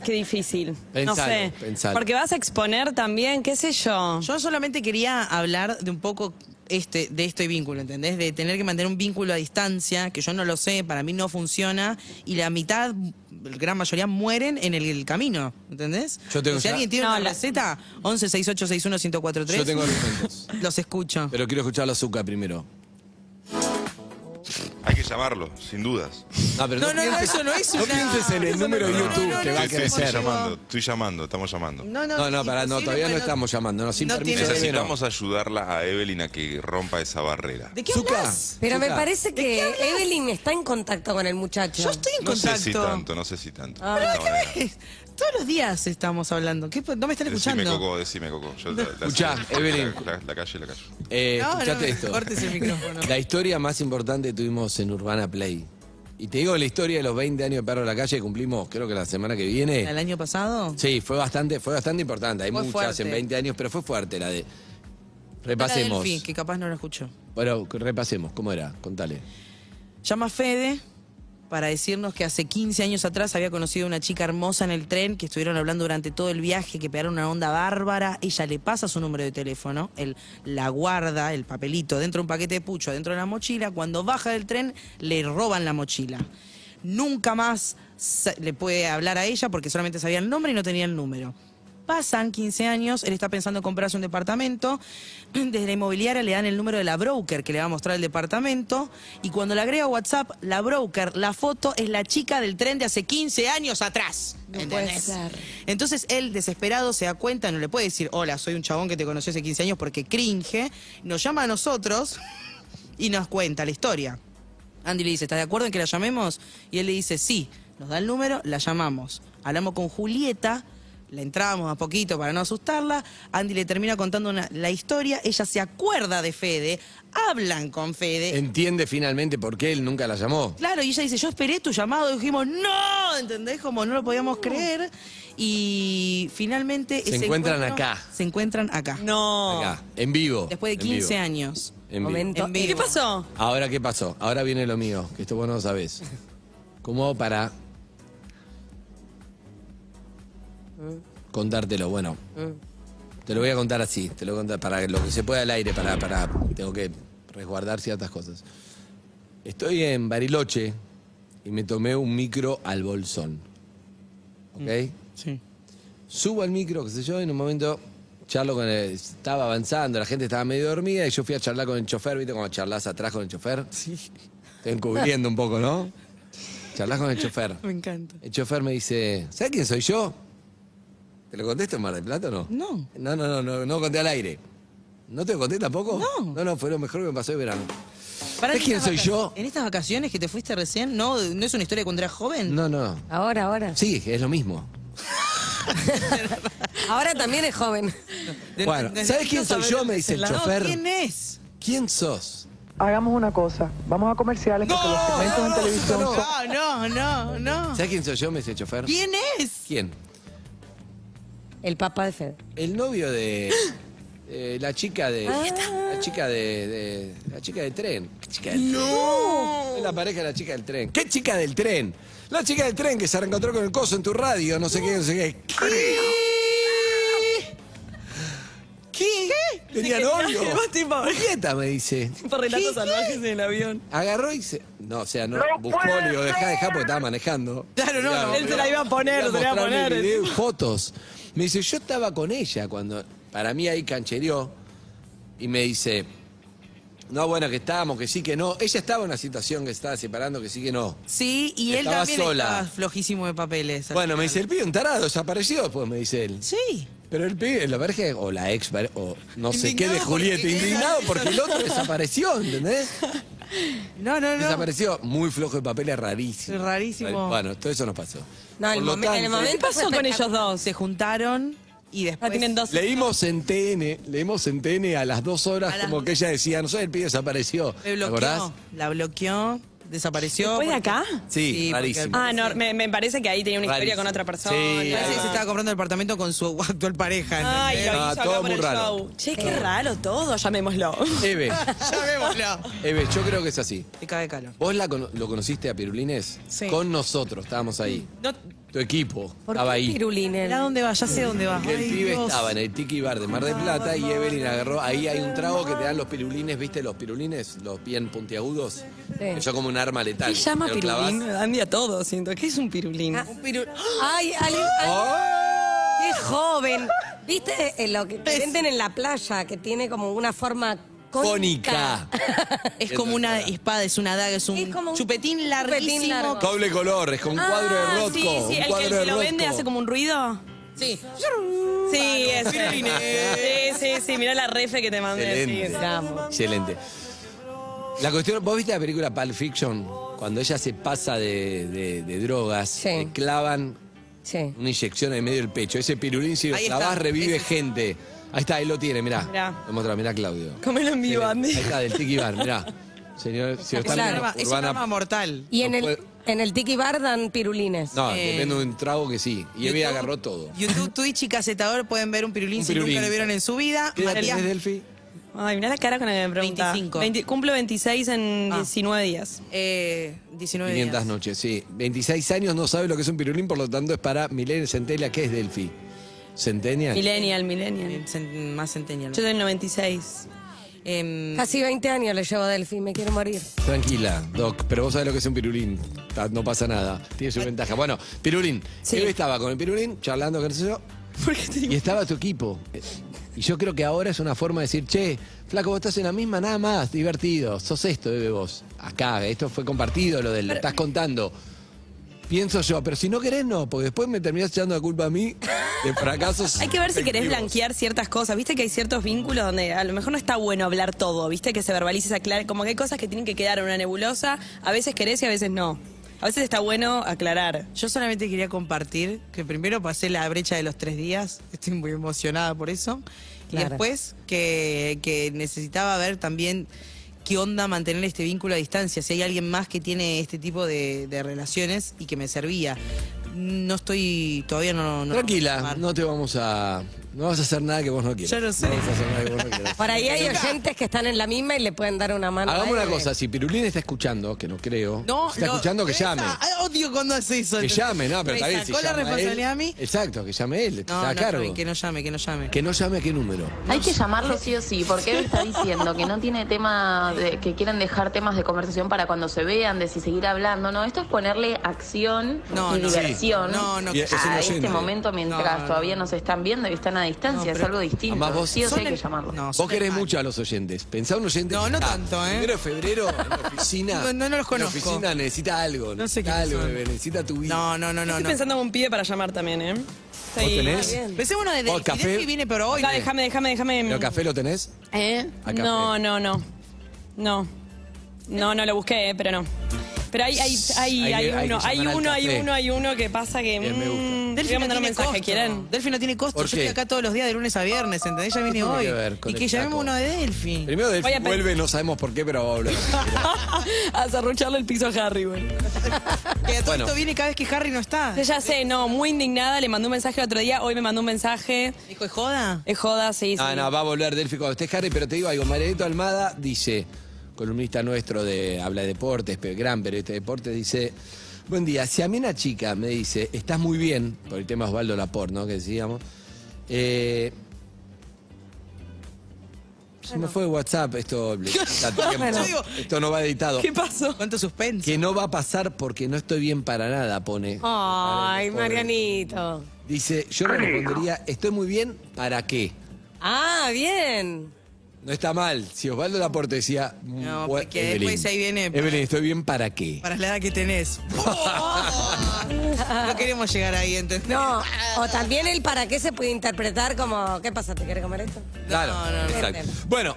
Speaker 1: qué difícil. no
Speaker 7: Pensalo,
Speaker 1: sé.
Speaker 7: pensalo.
Speaker 1: Porque vas a exponer también, qué sé yo.
Speaker 8: Yo solamente quería hablar de un poco este, de este vínculo, ¿entendés? De tener que mantener un vínculo a distancia, que yo no lo sé, para mí no funciona, y la mitad, la gran mayoría, mueren en el, el camino, ¿entendés?
Speaker 7: Yo tengo
Speaker 8: si
Speaker 7: ya-
Speaker 8: alguien tiene
Speaker 1: No,
Speaker 8: una
Speaker 1: la-
Speaker 8: receta, 11 68 61 1043,
Speaker 7: Yo tengo argumentos.
Speaker 8: los escucho.
Speaker 7: Pero quiero escuchar a la azúcar primero.
Speaker 9: Hay que llamarlo, sin dudas.
Speaker 7: Ah, pero
Speaker 8: No, no, no,
Speaker 7: pienses-
Speaker 8: eso no es
Speaker 7: No
Speaker 8: una-
Speaker 7: pienses en el
Speaker 8: eso no-
Speaker 7: número de
Speaker 8: no, no,
Speaker 7: YouTube
Speaker 8: no,
Speaker 7: que va
Speaker 8: no,
Speaker 7: a
Speaker 8: no,
Speaker 9: estoy
Speaker 7: crecer.
Speaker 8: no,
Speaker 9: llamando, estoy llamando, estamos llamando.
Speaker 7: No, no, pará, no,
Speaker 8: imposible,
Speaker 7: todavía no
Speaker 8: porque
Speaker 7: estamos llamando, no, sin permiso.
Speaker 8: tiene-
Speaker 7: Ese no.
Speaker 9: Necesitamos ayudarla a Evelyn a que rompa esa barrera.
Speaker 8: ¿De qué
Speaker 7: Zucca,
Speaker 8: hablas?
Speaker 10: Pero me
Speaker 7: Zucca.
Speaker 10: parece que Evelyn está en contacto con el muchacho.
Speaker 8: Yo estoy en
Speaker 9: No sé
Speaker 8: contacto. Ah,
Speaker 9: si tanto, no sé si tanto. De esta manera.
Speaker 8: Todos los días estamos hablando. ¿Qué po- no me están
Speaker 9: Decime,
Speaker 8: escuchando.
Speaker 9: Coco, decime, Coco. Yo la- la-
Speaker 7: Escuchá,
Speaker 9: la-
Speaker 7: Evelyn.
Speaker 9: La, la- la calle, la calle.
Speaker 7: Eh,
Speaker 8: No,
Speaker 7: escuchate
Speaker 8: no,
Speaker 7: esto.
Speaker 8: cortes el micrófono.
Speaker 7: La historia más importante tuvimos en Urbana Play. Y te digo la historia de los 20 años de Perro de la Calle que cumplimos, creo que la semana que viene.
Speaker 8: ¿El año pasado?
Speaker 7: Sí, fue bastante, fue bastante importante. Hay
Speaker 8: Fue
Speaker 7: muchas
Speaker 8: fuerte.
Speaker 7: en 20 años, pero fue fuerte la de.
Speaker 8: Hola,
Speaker 7: Repasemos.
Speaker 8: Delphi, que capaz no lo escuchó.
Speaker 7: Bueno, repasemos. ¿Cómo era? Contale.
Speaker 8: Llama a Fede para decirnos que hace 15 años atrás había conocido a una chica hermosa en el tren, que estuvieron hablando durante todo el viaje, que pegaron una onda bárbara. Ella le pasa su número de teléfono, él la guarda, el papelito, dentro de un paquete de pucho, dentro de la mochila. Cuando baja del tren, le roban la mochila. Nunca más sa- le puede hablar a ella porque solamente sabía el nombre y no tenía el número. Pasan 15 años, él está pensando en comprarse un departamento. Desde la inmobiliaria le dan el número de la broker que le va a mostrar el departamento. Y cuando le agrega a WhatsApp, la broker, la foto es la chica del tren de hace 15 años atrás.
Speaker 10: No
Speaker 8: ¿entendés?
Speaker 10: puede ser.
Speaker 8: Entonces él, desesperado, se da cuenta, no le puede decir, hola, soy un chabón que te conocí hace 15 años porque cringe. Nos llama a nosotros y nos cuenta la historia. Andy le dice, ¿estás de acuerdo en que la llamemos? Y él le dice, sí, nos da el número, la llamamos. Hablamos con Julieta, la entrábamos a poquito para no asustarla. Andy le termina contando una- la historia, ella se acuerda de Fede, hablan con Fede.
Speaker 7: Entiende finalmente por qué él nunca la llamó.
Speaker 8: Claro, y ella dice, yo esperé tu llamado, y dijimos, no, ¿entendés? Como no lo podíamos creer. Y finalmente...
Speaker 7: Se
Speaker 8: ese
Speaker 7: encuentran
Speaker 8: encuentro-
Speaker 7: acá.
Speaker 8: Se encuentran acá.
Speaker 1: No.
Speaker 7: Acá, en vivo.
Speaker 8: Después de
Speaker 7: en vivo,
Speaker 8: 15 años.
Speaker 7: en vivo.
Speaker 10: Momento.
Speaker 8: En
Speaker 1: ¿Y qué
Speaker 8: vivo.
Speaker 1: pasó?
Speaker 7: Ahora, ¿qué pasó? Ahora viene lo mío, que esto vos no lo sabés. ¿Cómo hago para contártelo? Bueno, te lo voy a contar así, te lo voy a contar para lo que se pueda al aire, para, para, tengo que resguardar ciertas cosas. Estoy en Bariloche y me tomé un micro al bolsón. ¿Ok?
Speaker 8: Sí.
Speaker 7: Subo al micro, qué sé yo, y en un momento charlo con el. Estaba avanzando, la gente estaba medio dormida y yo fui a charlar con el chofer, ¿viste? Cuando charlas atrás con el chofer. Sí. Estoy encubriendo un poco, ¿no? Charlas con el chofer.
Speaker 8: Me encanta.
Speaker 7: El chofer me dice, ¿sabes quién soy yo? ¿Te lo contesto en Mar del Plata o no?
Speaker 8: No.
Speaker 7: No, no, no, no, no conté al aire. ¿No te lo conté tampoco?
Speaker 8: No.
Speaker 7: No, no, fue lo mejor que me pasó el verano.
Speaker 8: Pará,
Speaker 7: ¿Sabés
Speaker 8: en
Speaker 7: quién
Speaker 8: estas
Speaker 7: soy
Speaker 8: vaca-
Speaker 7: yo?
Speaker 8: En estas vacaciones que te fuiste recién, no, no es una historia de cuando eras joven.
Speaker 7: No, no.
Speaker 10: Ahora, ahora.
Speaker 7: Sí, es lo mismo.
Speaker 10: Ahora también es joven.
Speaker 8: De-
Speaker 7: Bueno,
Speaker 8: de-
Speaker 7: ¿sabes quién soy
Speaker 8: saber-
Speaker 7: yo? Me dice el
Speaker 8: No,
Speaker 7: chofer.
Speaker 8: ¿Quién es?
Speaker 7: ¿Quién sos?
Speaker 11: Hagamos una cosa, vamos a comerciales porque los segmentos en televisión son...
Speaker 8: No, Ah, no, no, no.
Speaker 7: ¿Sabes quién soy yo? Me dice el chofer.
Speaker 8: ¿Quién es?
Speaker 7: ¿Quién?
Speaker 10: El papá de Fede.
Speaker 7: El novio de. eh, la chica de. La chica de, de- La chica de tren. ¿Qué chica del tren? Es la pareja de la chica del tren. ¿Qué chica del tren? La chica del tren que se reencontró con el coso en tu radio, no sé qué, no sé qué. ¿Qué? ¿Qué? Tenía novio.
Speaker 1: Vos, tipo,
Speaker 7: Julieta me dice.
Speaker 1: tipo relatos salvajes en el avión.
Speaker 7: Agarró y se. No, o sea, no. buscó, le digo, dejá, dejá porque estaba manejando.
Speaker 8: Claro, no,
Speaker 7: Mirá,
Speaker 1: Él se la iba a poner, se
Speaker 7: Voy
Speaker 1: la iba a
Speaker 7: mostrarle
Speaker 1: poner.
Speaker 7: video y fotos. Me dice, yo estaba con ella cuando. Para mí ahí canchereó. Y me dice, no, bueno, que estábamos, que sí, que no. Ella estaba en una situación que se estaba separando, que sí, que no.
Speaker 8: Sí, y él
Speaker 7: Estaba
Speaker 8: también
Speaker 7: sola.
Speaker 8: estaba flojísimo de papeles. al
Speaker 7: Bueno, me
Speaker 8: final.
Speaker 7: dice, el pibe un tarado, desapareció después, me dice él.
Speaker 8: Sí.
Speaker 7: Pero el pibe, la pareja, o la ex, pare- o no sé qué
Speaker 8: Indignado
Speaker 7: de Julieta,
Speaker 8: porque-
Speaker 7: indignado porque el otro desapareció, ¿entendés?
Speaker 8: No, no, no.
Speaker 7: Desapareció muy flojo de papel, es rarísimo.
Speaker 8: Rarísimo.
Speaker 7: Bueno, todo eso nos pasó.
Speaker 8: No, el
Speaker 7: Por lo
Speaker 8: momen- en el
Speaker 7: tanto- ¿eh?
Speaker 8: momento
Speaker 1: ¿Qué pasó
Speaker 8: fue
Speaker 1: con
Speaker 8: espectacular.
Speaker 1: ellos dos? Ah,
Speaker 8: Se juntaron y después.
Speaker 7: Pues, Leímos en TN, leímos en TN a las dos horas,
Speaker 8: las
Speaker 7: como que ella decía, no sé, el pibe desapareció.
Speaker 8: Me
Speaker 7: ¿Te
Speaker 8: bloqueó.
Speaker 7: acordás?
Speaker 8: La bloqueó, desapareció.
Speaker 1: ¿Después de
Speaker 8: porque-
Speaker 1: acá?
Speaker 7: Sí, rarísimo.
Speaker 1: Ah, no, me, me parece que ahí tenía una historia con otra persona.
Speaker 7: Sí, Ah,
Speaker 8: Parece que se estaba comprando el apartamento con su actual pareja.
Speaker 1: Ay, lo
Speaker 8: ¿entendés?
Speaker 1: hizo acá por el show. Che, qué raro todo, llamémoslo.
Speaker 7: Eve,
Speaker 8: Llamémoslo.
Speaker 7: Eve, yo creo que es así.
Speaker 8: Te cae calor.
Speaker 7: ¿Vos la cono- lo conociste a Pirulines?
Speaker 8: Sí.
Speaker 7: Con nosotros, estábamos ahí.
Speaker 8: No-
Speaker 7: Tu equipo
Speaker 10: ¿Por
Speaker 7: estaba
Speaker 10: qué
Speaker 7: ahí.
Speaker 10: pirulines?
Speaker 8: Mirá dónde va, ya sé dónde va.
Speaker 7: Y el
Speaker 8: Ay,
Speaker 7: pibe
Speaker 8: Dios.
Speaker 7: estaba en el Tiki Bar de Mar del Plata y Evelyn agarró, ahí hay un trago que te dan los pirulines, ¿viste los pirulines? Los bien puntiagudos. Que son como un arma letal.
Speaker 1: ¿Qué llama
Speaker 7: Te lo clavás.
Speaker 1: pirulín? Me dan miedo a todos, siento. ¿Qué es un pirulín?
Speaker 10: Un piru- Ay, alguien- ay,
Speaker 1: Oh.
Speaker 7: ¡Oh!
Speaker 10: qué joven. ¿Viste eh, lo que te venden en la playa, que tiene como una forma cónica?
Speaker 7: Cónica.
Speaker 8: Es como una espada, es una daga, es un,
Speaker 10: Es como un
Speaker 8: chupetín larguísimo.
Speaker 10: chupetín largo.
Speaker 7: Doble color, es con un cuadro de
Speaker 1: Ah,
Speaker 7: Rothko.
Speaker 1: sí, sí,
Speaker 7: un
Speaker 1: el que
Speaker 7: cuadro
Speaker 1: se
Speaker 7: de
Speaker 1: lo
Speaker 7: Rothko.
Speaker 1: vende hace como un ruido.
Speaker 8: Sí.
Speaker 1: Sí, ese.
Speaker 8: pirulines.
Speaker 1: Sí, sí, sí, mirá la refe que te mandé. sí.
Speaker 7: Excelente. Excelente. La cuestión, ¿vos viste la película Pulp Fiction? Cuando ella se pasa de, de- de drogas,
Speaker 10: Sí.
Speaker 7: le clavan
Speaker 10: Sí.
Speaker 7: una inyección en medio del pecho. Ese pirulín, si lo
Speaker 8: Ahí está.
Speaker 7: clavás, revive
Speaker 8: Ese-
Speaker 7: gente. Ahí está, ahí lo tiene, mirá.
Speaker 1: Mirá.
Speaker 7: Lo mostrá, mirá Claudio.
Speaker 1: Comelo en vivo,
Speaker 7: Ahí
Speaker 1: Andy.
Speaker 7: está, del Tiki Bar, mirá. Señor, si lo
Speaker 8: Es,
Speaker 7: están
Speaker 8: un
Speaker 7: viendo,
Speaker 8: arma, es un
Speaker 7: Urbana-
Speaker 8: arma mortal.
Speaker 10: Y en
Speaker 7: No
Speaker 10: el,
Speaker 7: puede-
Speaker 10: en el tiki bar dan pirulines.
Speaker 7: No,
Speaker 8: Eh.
Speaker 7: depende de un trago que sí. Y Evi agarró todo.
Speaker 8: YouTube, Twitch y Casetador pueden ver un pirulín
Speaker 7: Un
Speaker 8: si
Speaker 7: pirulín.
Speaker 8: nunca lo vieron en su vida.
Speaker 7: ¿Qué edad tenés,
Speaker 8: Matías,
Speaker 7: Delphi?
Speaker 1: Ay, mirá la cara con la que me pregunta.
Speaker 8: 25.
Speaker 1: 20 cumplo 26 en
Speaker 8: Ah.
Speaker 1: 19 días.
Speaker 8: eh, 19
Speaker 7: 500
Speaker 8: días.
Speaker 7: noches, sí. 26 años no sabe lo que es un pirulín, por lo tanto es para Milena Centella. ¿Qué es Delphi? ¿Centennial?
Speaker 1: Millennial, millennial.
Speaker 8: Eh, cen- Más centenial.
Speaker 1: Yo del 96.
Speaker 8: Em,
Speaker 10: Casi 20 años le llevo a Delphi, me quiero morir.
Speaker 7: Tranquila, Doc, pero vos sabés lo que es un pirulín. Ta- No pasa nada, tiene su ventaja. Bueno, pirulín.
Speaker 1: Sí.
Speaker 7: Yo estaba con el pirulín, charlando, qué sé yo,
Speaker 1: ¿Por qué te
Speaker 7: y estaba tu equipo. Y yo creo que ahora es una forma de decir, che, flaco, vos estás en la misma, nada más, divertido, sos esto, bebé vos. Acá, esto fue compartido, lo del, lo estás contando. Pienso yo, pero si no querés, no, porque después me terminás echando la culpa a mí de fracasos.
Speaker 1: Hay que ver si querés
Speaker 7: colectivos.
Speaker 1: blanquear ciertas cosas. Viste que hay ciertos vínculos donde a lo mejor no está bueno hablar todo. Viste que se verbaliza, se aclara. Como que hay cosas que tienen que quedar en una nebulosa. A veces querés y a veces no. A veces está bueno aclarar.
Speaker 8: Yo solamente quería compartir que primero pasé la brecha de los tres días, estoy muy emocionada por eso, y
Speaker 10: Claro.
Speaker 8: después que, que necesitaba ver también qué onda mantener este vínculo a distancia, si hay alguien más que tiene este tipo de, de relaciones y que me servía. No estoy, todavía no... no
Speaker 7: Tranquila, no te vamos a. No vas a hacer nada que vos no quieras.
Speaker 8: Yo no sé.
Speaker 7: No vas a hacer nada que vos no quieras.
Speaker 10: Por ahí hay oyentes que están en la misma y le pueden dar una mano.
Speaker 7: Hagamos
Speaker 10: a
Speaker 7: una
Speaker 10: Eve.
Speaker 7: cosa, si Pirulín está escuchando, que no creo,
Speaker 8: No,
Speaker 7: si está
Speaker 8: lo-
Speaker 7: escuchando que
Speaker 8: esa-
Speaker 7: llame.
Speaker 8: ah, Odio cuando hace eso.
Speaker 7: Que llame, no, pero
Speaker 8: Me
Speaker 7: está bien. si
Speaker 8: sacó la
Speaker 7: llama él-
Speaker 8: responsabilidad a mí.
Speaker 7: Exacto, que llame él, que
Speaker 8: No,
Speaker 7: está a
Speaker 8: no,
Speaker 7: cargo.
Speaker 8: que
Speaker 7: que, no...
Speaker 8: no llame, que no llame.
Speaker 7: llame a qué número.
Speaker 12: Hay que llamarlo sí o sí, porque él está diciendo que no tiene tema, de- que quieren dejar temas de conversación para cuando se vean, de si seguir hablando. No, esto es ponerle acción
Speaker 8: No,
Speaker 12: y
Speaker 8: no.
Speaker 12: diversión
Speaker 8: Sí. No, no,
Speaker 12: a
Speaker 8: que-
Speaker 7: es un
Speaker 12: este
Speaker 7: oyente.
Speaker 12: momento mientras
Speaker 8: No, no.
Speaker 12: todavía nos están viendo y están a distancia.
Speaker 8: No,
Speaker 12: es
Speaker 8: pero-
Speaker 12: algo distinto.
Speaker 7: Además vos-
Speaker 12: sí o sí
Speaker 8: Son
Speaker 12: hay que
Speaker 8: el-
Speaker 12: llamarlo.
Speaker 8: No, son
Speaker 7: Vos querés
Speaker 8: el mal.
Speaker 7: mucho a los oyentes. Pensá un oyente.
Speaker 8: No,
Speaker 7: que
Speaker 8: no
Speaker 7: está
Speaker 8: tanto, ¿eh?
Speaker 7: Primero de febrero, en la oficina.
Speaker 8: No, no los conozco.
Speaker 7: En la oficina necesita algo.
Speaker 8: No sé
Speaker 7: necesita
Speaker 8: quiénes
Speaker 7: algo,
Speaker 8: son.
Speaker 7: bebé, necesita tu vida.
Speaker 8: No, no, no, no.
Speaker 1: Estoy
Speaker 8: no.
Speaker 1: pensando en un pibe para llamar también, ¿eh?
Speaker 7: ¿Vos
Speaker 1: Sí.
Speaker 7: tenés?
Speaker 10: bien.
Speaker 8: Pensemos uno de
Speaker 7: ¿Vos,
Speaker 8: Delphi.
Speaker 7: café?
Speaker 8: Delphi viene, pero hoy.
Speaker 1: Acá, déjame, déjame, déjame.
Speaker 7: ¿Pero café lo tenés?
Speaker 1: ¿Eh?
Speaker 7: A café.
Speaker 1: No, no, no. No. No, no lo busqué, eh, pero no. Pero hay, hay, hay,
Speaker 7: Hay
Speaker 1: hay,
Speaker 7: que- hay que
Speaker 1: uno, hay,
Speaker 7: llamar al
Speaker 1: uno, hay
Speaker 7: café.
Speaker 1: uno, hay uno que pasa que.
Speaker 7: Bien, me gusta.
Speaker 1: mm, le voy
Speaker 8: Delphi
Speaker 1: a
Speaker 8: no
Speaker 1: mandar un
Speaker 8: tiene
Speaker 1: mensaje,
Speaker 8: costo.
Speaker 1: ¿quieren?
Speaker 8: Delphi no tiene costo.
Speaker 7: ¿Por
Speaker 8: Yo estoy
Speaker 7: qué?
Speaker 8: acá todos los días de lunes a viernes, ¿entendés? Ella viene
Speaker 7: tiene
Speaker 8: hoy.
Speaker 7: que ver con
Speaker 8: y
Speaker 7: el
Speaker 8: que
Speaker 7: flaco?
Speaker 8: llamemos uno de Delphi.
Speaker 7: Primero de
Speaker 1: Voy a-
Speaker 7: vuelve, no sabemos por qué, pero va a volver.
Speaker 1: a zarrucharle el piso a Harry, güey.
Speaker 8: Que a todo
Speaker 7: Bueno.
Speaker 8: esto viene cada vez que Harry no está.
Speaker 1: Yo ya sé, no, muy indignada, le mandó un mensaje el otro día, hoy me mandó un mensaje.
Speaker 8: Hijo de joda.
Speaker 1: Es joda, sí, sí.
Speaker 7: Ah, no, va a volver Delphi cuando esté Harry, pero te digo algo. Marielito Almada dice, columnista nuestro de Habla de Deportes, pe- gran periodista de deportes, dice: Buen día, si a mí una chica me dice, estás muy bien, por el tema Osvaldo Laporte, ¿no? Que decíamos. eh, se me fue de WhatsApp esto. la-
Speaker 8: Yo digo-
Speaker 7: Esto no va editado.
Speaker 1: ¿Qué pasó?
Speaker 8: ¿Cuánto suspense?
Speaker 7: Que no va a pasar porque no estoy bien para nada, pone.
Speaker 10: Ay, Marianito.
Speaker 7: Dice, yo le respondería, estoy muy bien, ¿para qué?
Speaker 10: Ah, bien.
Speaker 7: No está mal. Si Osvaldo Laporte decía. mm,
Speaker 8: No,
Speaker 7: bue-
Speaker 8: porque después ahí viene-
Speaker 7: Evelyn, estoy bien para qué.
Speaker 8: Para la edad que tenés. no queremos llegar ahí, ¿entendés?
Speaker 10: No, o también el para qué se puede interpretar como, ¿qué pasa? ¿Te querés comer esto?
Speaker 7: Claro,
Speaker 8: no, no.
Speaker 7: exacto. Bueno,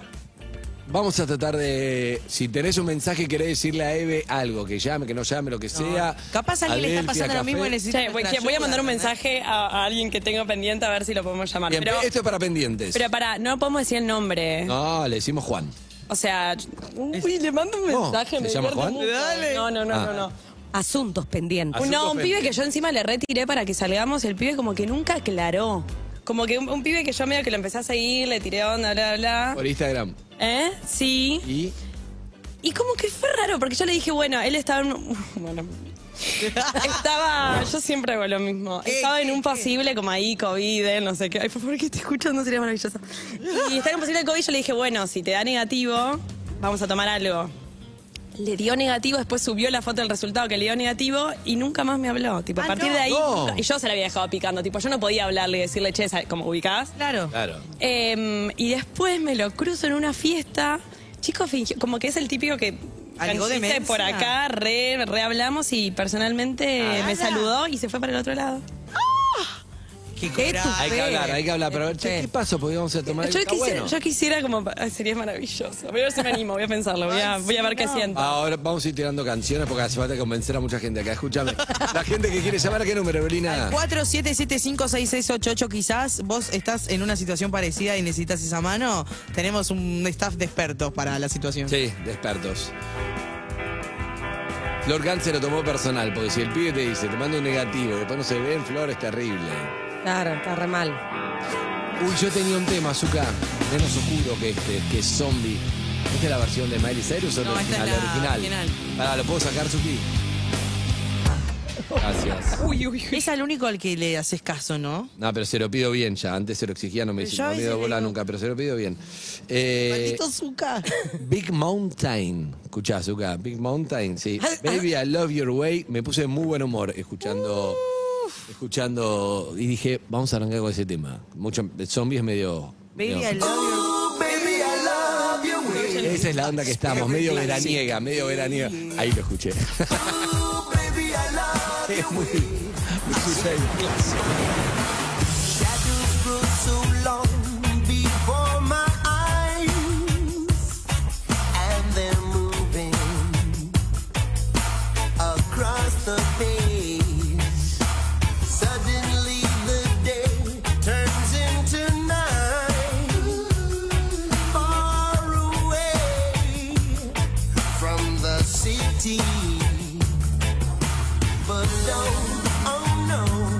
Speaker 7: Vamos a tratar de. Si tenés un mensaje y querés decirle a Eve algo, que llame, que no llame, lo que sea.
Speaker 1: Capaz alguien le está pasando lo mismo y
Speaker 7: necesita
Speaker 1: necesita voy,
Speaker 7: nuestra
Speaker 1: voy a
Speaker 7: ayuda,
Speaker 1: mandar un mensaje a, a alguien que tengo pendiente a ver si lo podemos llamar.
Speaker 7: Bien,
Speaker 1: pero,
Speaker 7: Em, esto es para pendientes.
Speaker 1: pero para, no podemos decir el nombre.
Speaker 7: No, le decimos Juan.
Speaker 1: O sea, uy, le mando un mensaje.
Speaker 7: ¿se
Speaker 1: me
Speaker 7: llama
Speaker 1: divierto
Speaker 7: Juan?
Speaker 1: mucho.
Speaker 7: Dale.
Speaker 1: No, no, no,
Speaker 7: Ah.
Speaker 1: no, no. Asuntos pendientes. Un-
Speaker 7: Asuntos
Speaker 1: no, un pibe que
Speaker 7: pendientes.
Speaker 1: yo encima le retiré para que salgamos, el pibe como que nunca aclaró. Como que un, un pibe que yo medio que lo empecé a seguir, le tiré onda, bla, bla,
Speaker 7: Por
Speaker 1: bla.
Speaker 7: Instagram.
Speaker 1: ¿Eh? Sí.
Speaker 7: Y.
Speaker 1: Y como que fue raro, porque yo le dije, bueno, él estaba en un- Bueno. Estaba, yo siempre hago lo mismo. Estaba en un posible como ahí, COVID, eh, no sé qué. Ay, por favor, que te escuchando sería maravilloso. Y estaba en un posible COVID, yo le dije, bueno, si te da negativo, vamos a tomar algo. Le dio negativo, después subió la foto del resultado que le dio negativo y nunca más me habló. Tipo, a
Speaker 7: Ah,
Speaker 1: partir
Speaker 7: no.
Speaker 1: de ahí,
Speaker 7: No.
Speaker 1: nunca- y yo se la había dejado picando. Tipo, yo no podía hablarle y decirle, che, ¿sabes ¿cómo ubicás?
Speaker 8: Claro.
Speaker 7: Claro.
Speaker 1: Em, y después me lo cruzo en una fiesta. Chicos, fingió- como que es el típico que
Speaker 8: Algo de
Speaker 1: transite
Speaker 8: mensa.
Speaker 1: por acá, re, re hablamos y personalmente me saludó y se fue para el otro lado.
Speaker 7: Hay que hablar, hay que hablar. Pero a ver, che, ¿qué pasó? Porque vamos a tomar
Speaker 1: Yo
Speaker 7: está
Speaker 1: quisiera,
Speaker 7: bueno.
Speaker 1: yo quisiera como, ay, sería maravilloso. Voy a ver si me animo, voy a pensarlo, voy a, voy a ver qué siento.
Speaker 7: Ahora vamos a ir tirando canciones porque hace falta convencer a mucha gente acá. Escúchame. La gente que quiere llamar, ¿a qué número, Evelina?
Speaker 8: 47756688 quizás vos estás en una situación parecida y necesitas esa mano. Tenemos un staff de expertos para la situación.
Speaker 7: Sí, de expertos. Flor Gant se lo tomó personal, porque si el pibe te dice, te mando un negativo, después no se ven, Flor es terrible.
Speaker 10: Claro, está re mal.
Speaker 7: Uy, yo tenía un tema, Zuka, menos oscuro que este, que es zombie. ¿Esta es la versión de Miley Cyrus o
Speaker 8: No,
Speaker 7: la
Speaker 8: esta es
Speaker 7: original?
Speaker 8: la original.
Speaker 7: Pará, ¿lo puedo sacar, Zuki?
Speaker 8: Ah.
Speaker 7: Gracias.
Speaker 8: Es al único al que le haces caso, ¿no?
Speaker 7: No, pero se lo pido bien ya. Antes se lo exigía, no me,
Speaker 8: Pero
Speaker 7: hice-
Speaker 8: yo a
Speaker 7: no me
Speaker 8: veces
Speaker 7: dio
Speaker 8: le
Speaker 7: bola nunca, pero se lo pido bien. Eh,
Speaker 8: Maldito Zucca.
Speaker 7: Big Mountain. Escuchá, Zuka. Big Mountain, sí.
Speaker 8: Ah,
Speaker 7: Baby, I love your way. Me puse de muy buen humor escuchando. Escuchando. Y dije, vamos a arrancar con ese tema. Mucho. Zombies medio.
Speaker 8: Baby,
Speaker 7: medio-
Speaker 8: I love
Speaker 7: Esa es la onda que estamos, medio veraniega, medio veraniega. Ahí lo escuché. Es muy. muy
Speaker 13: But no, oh no.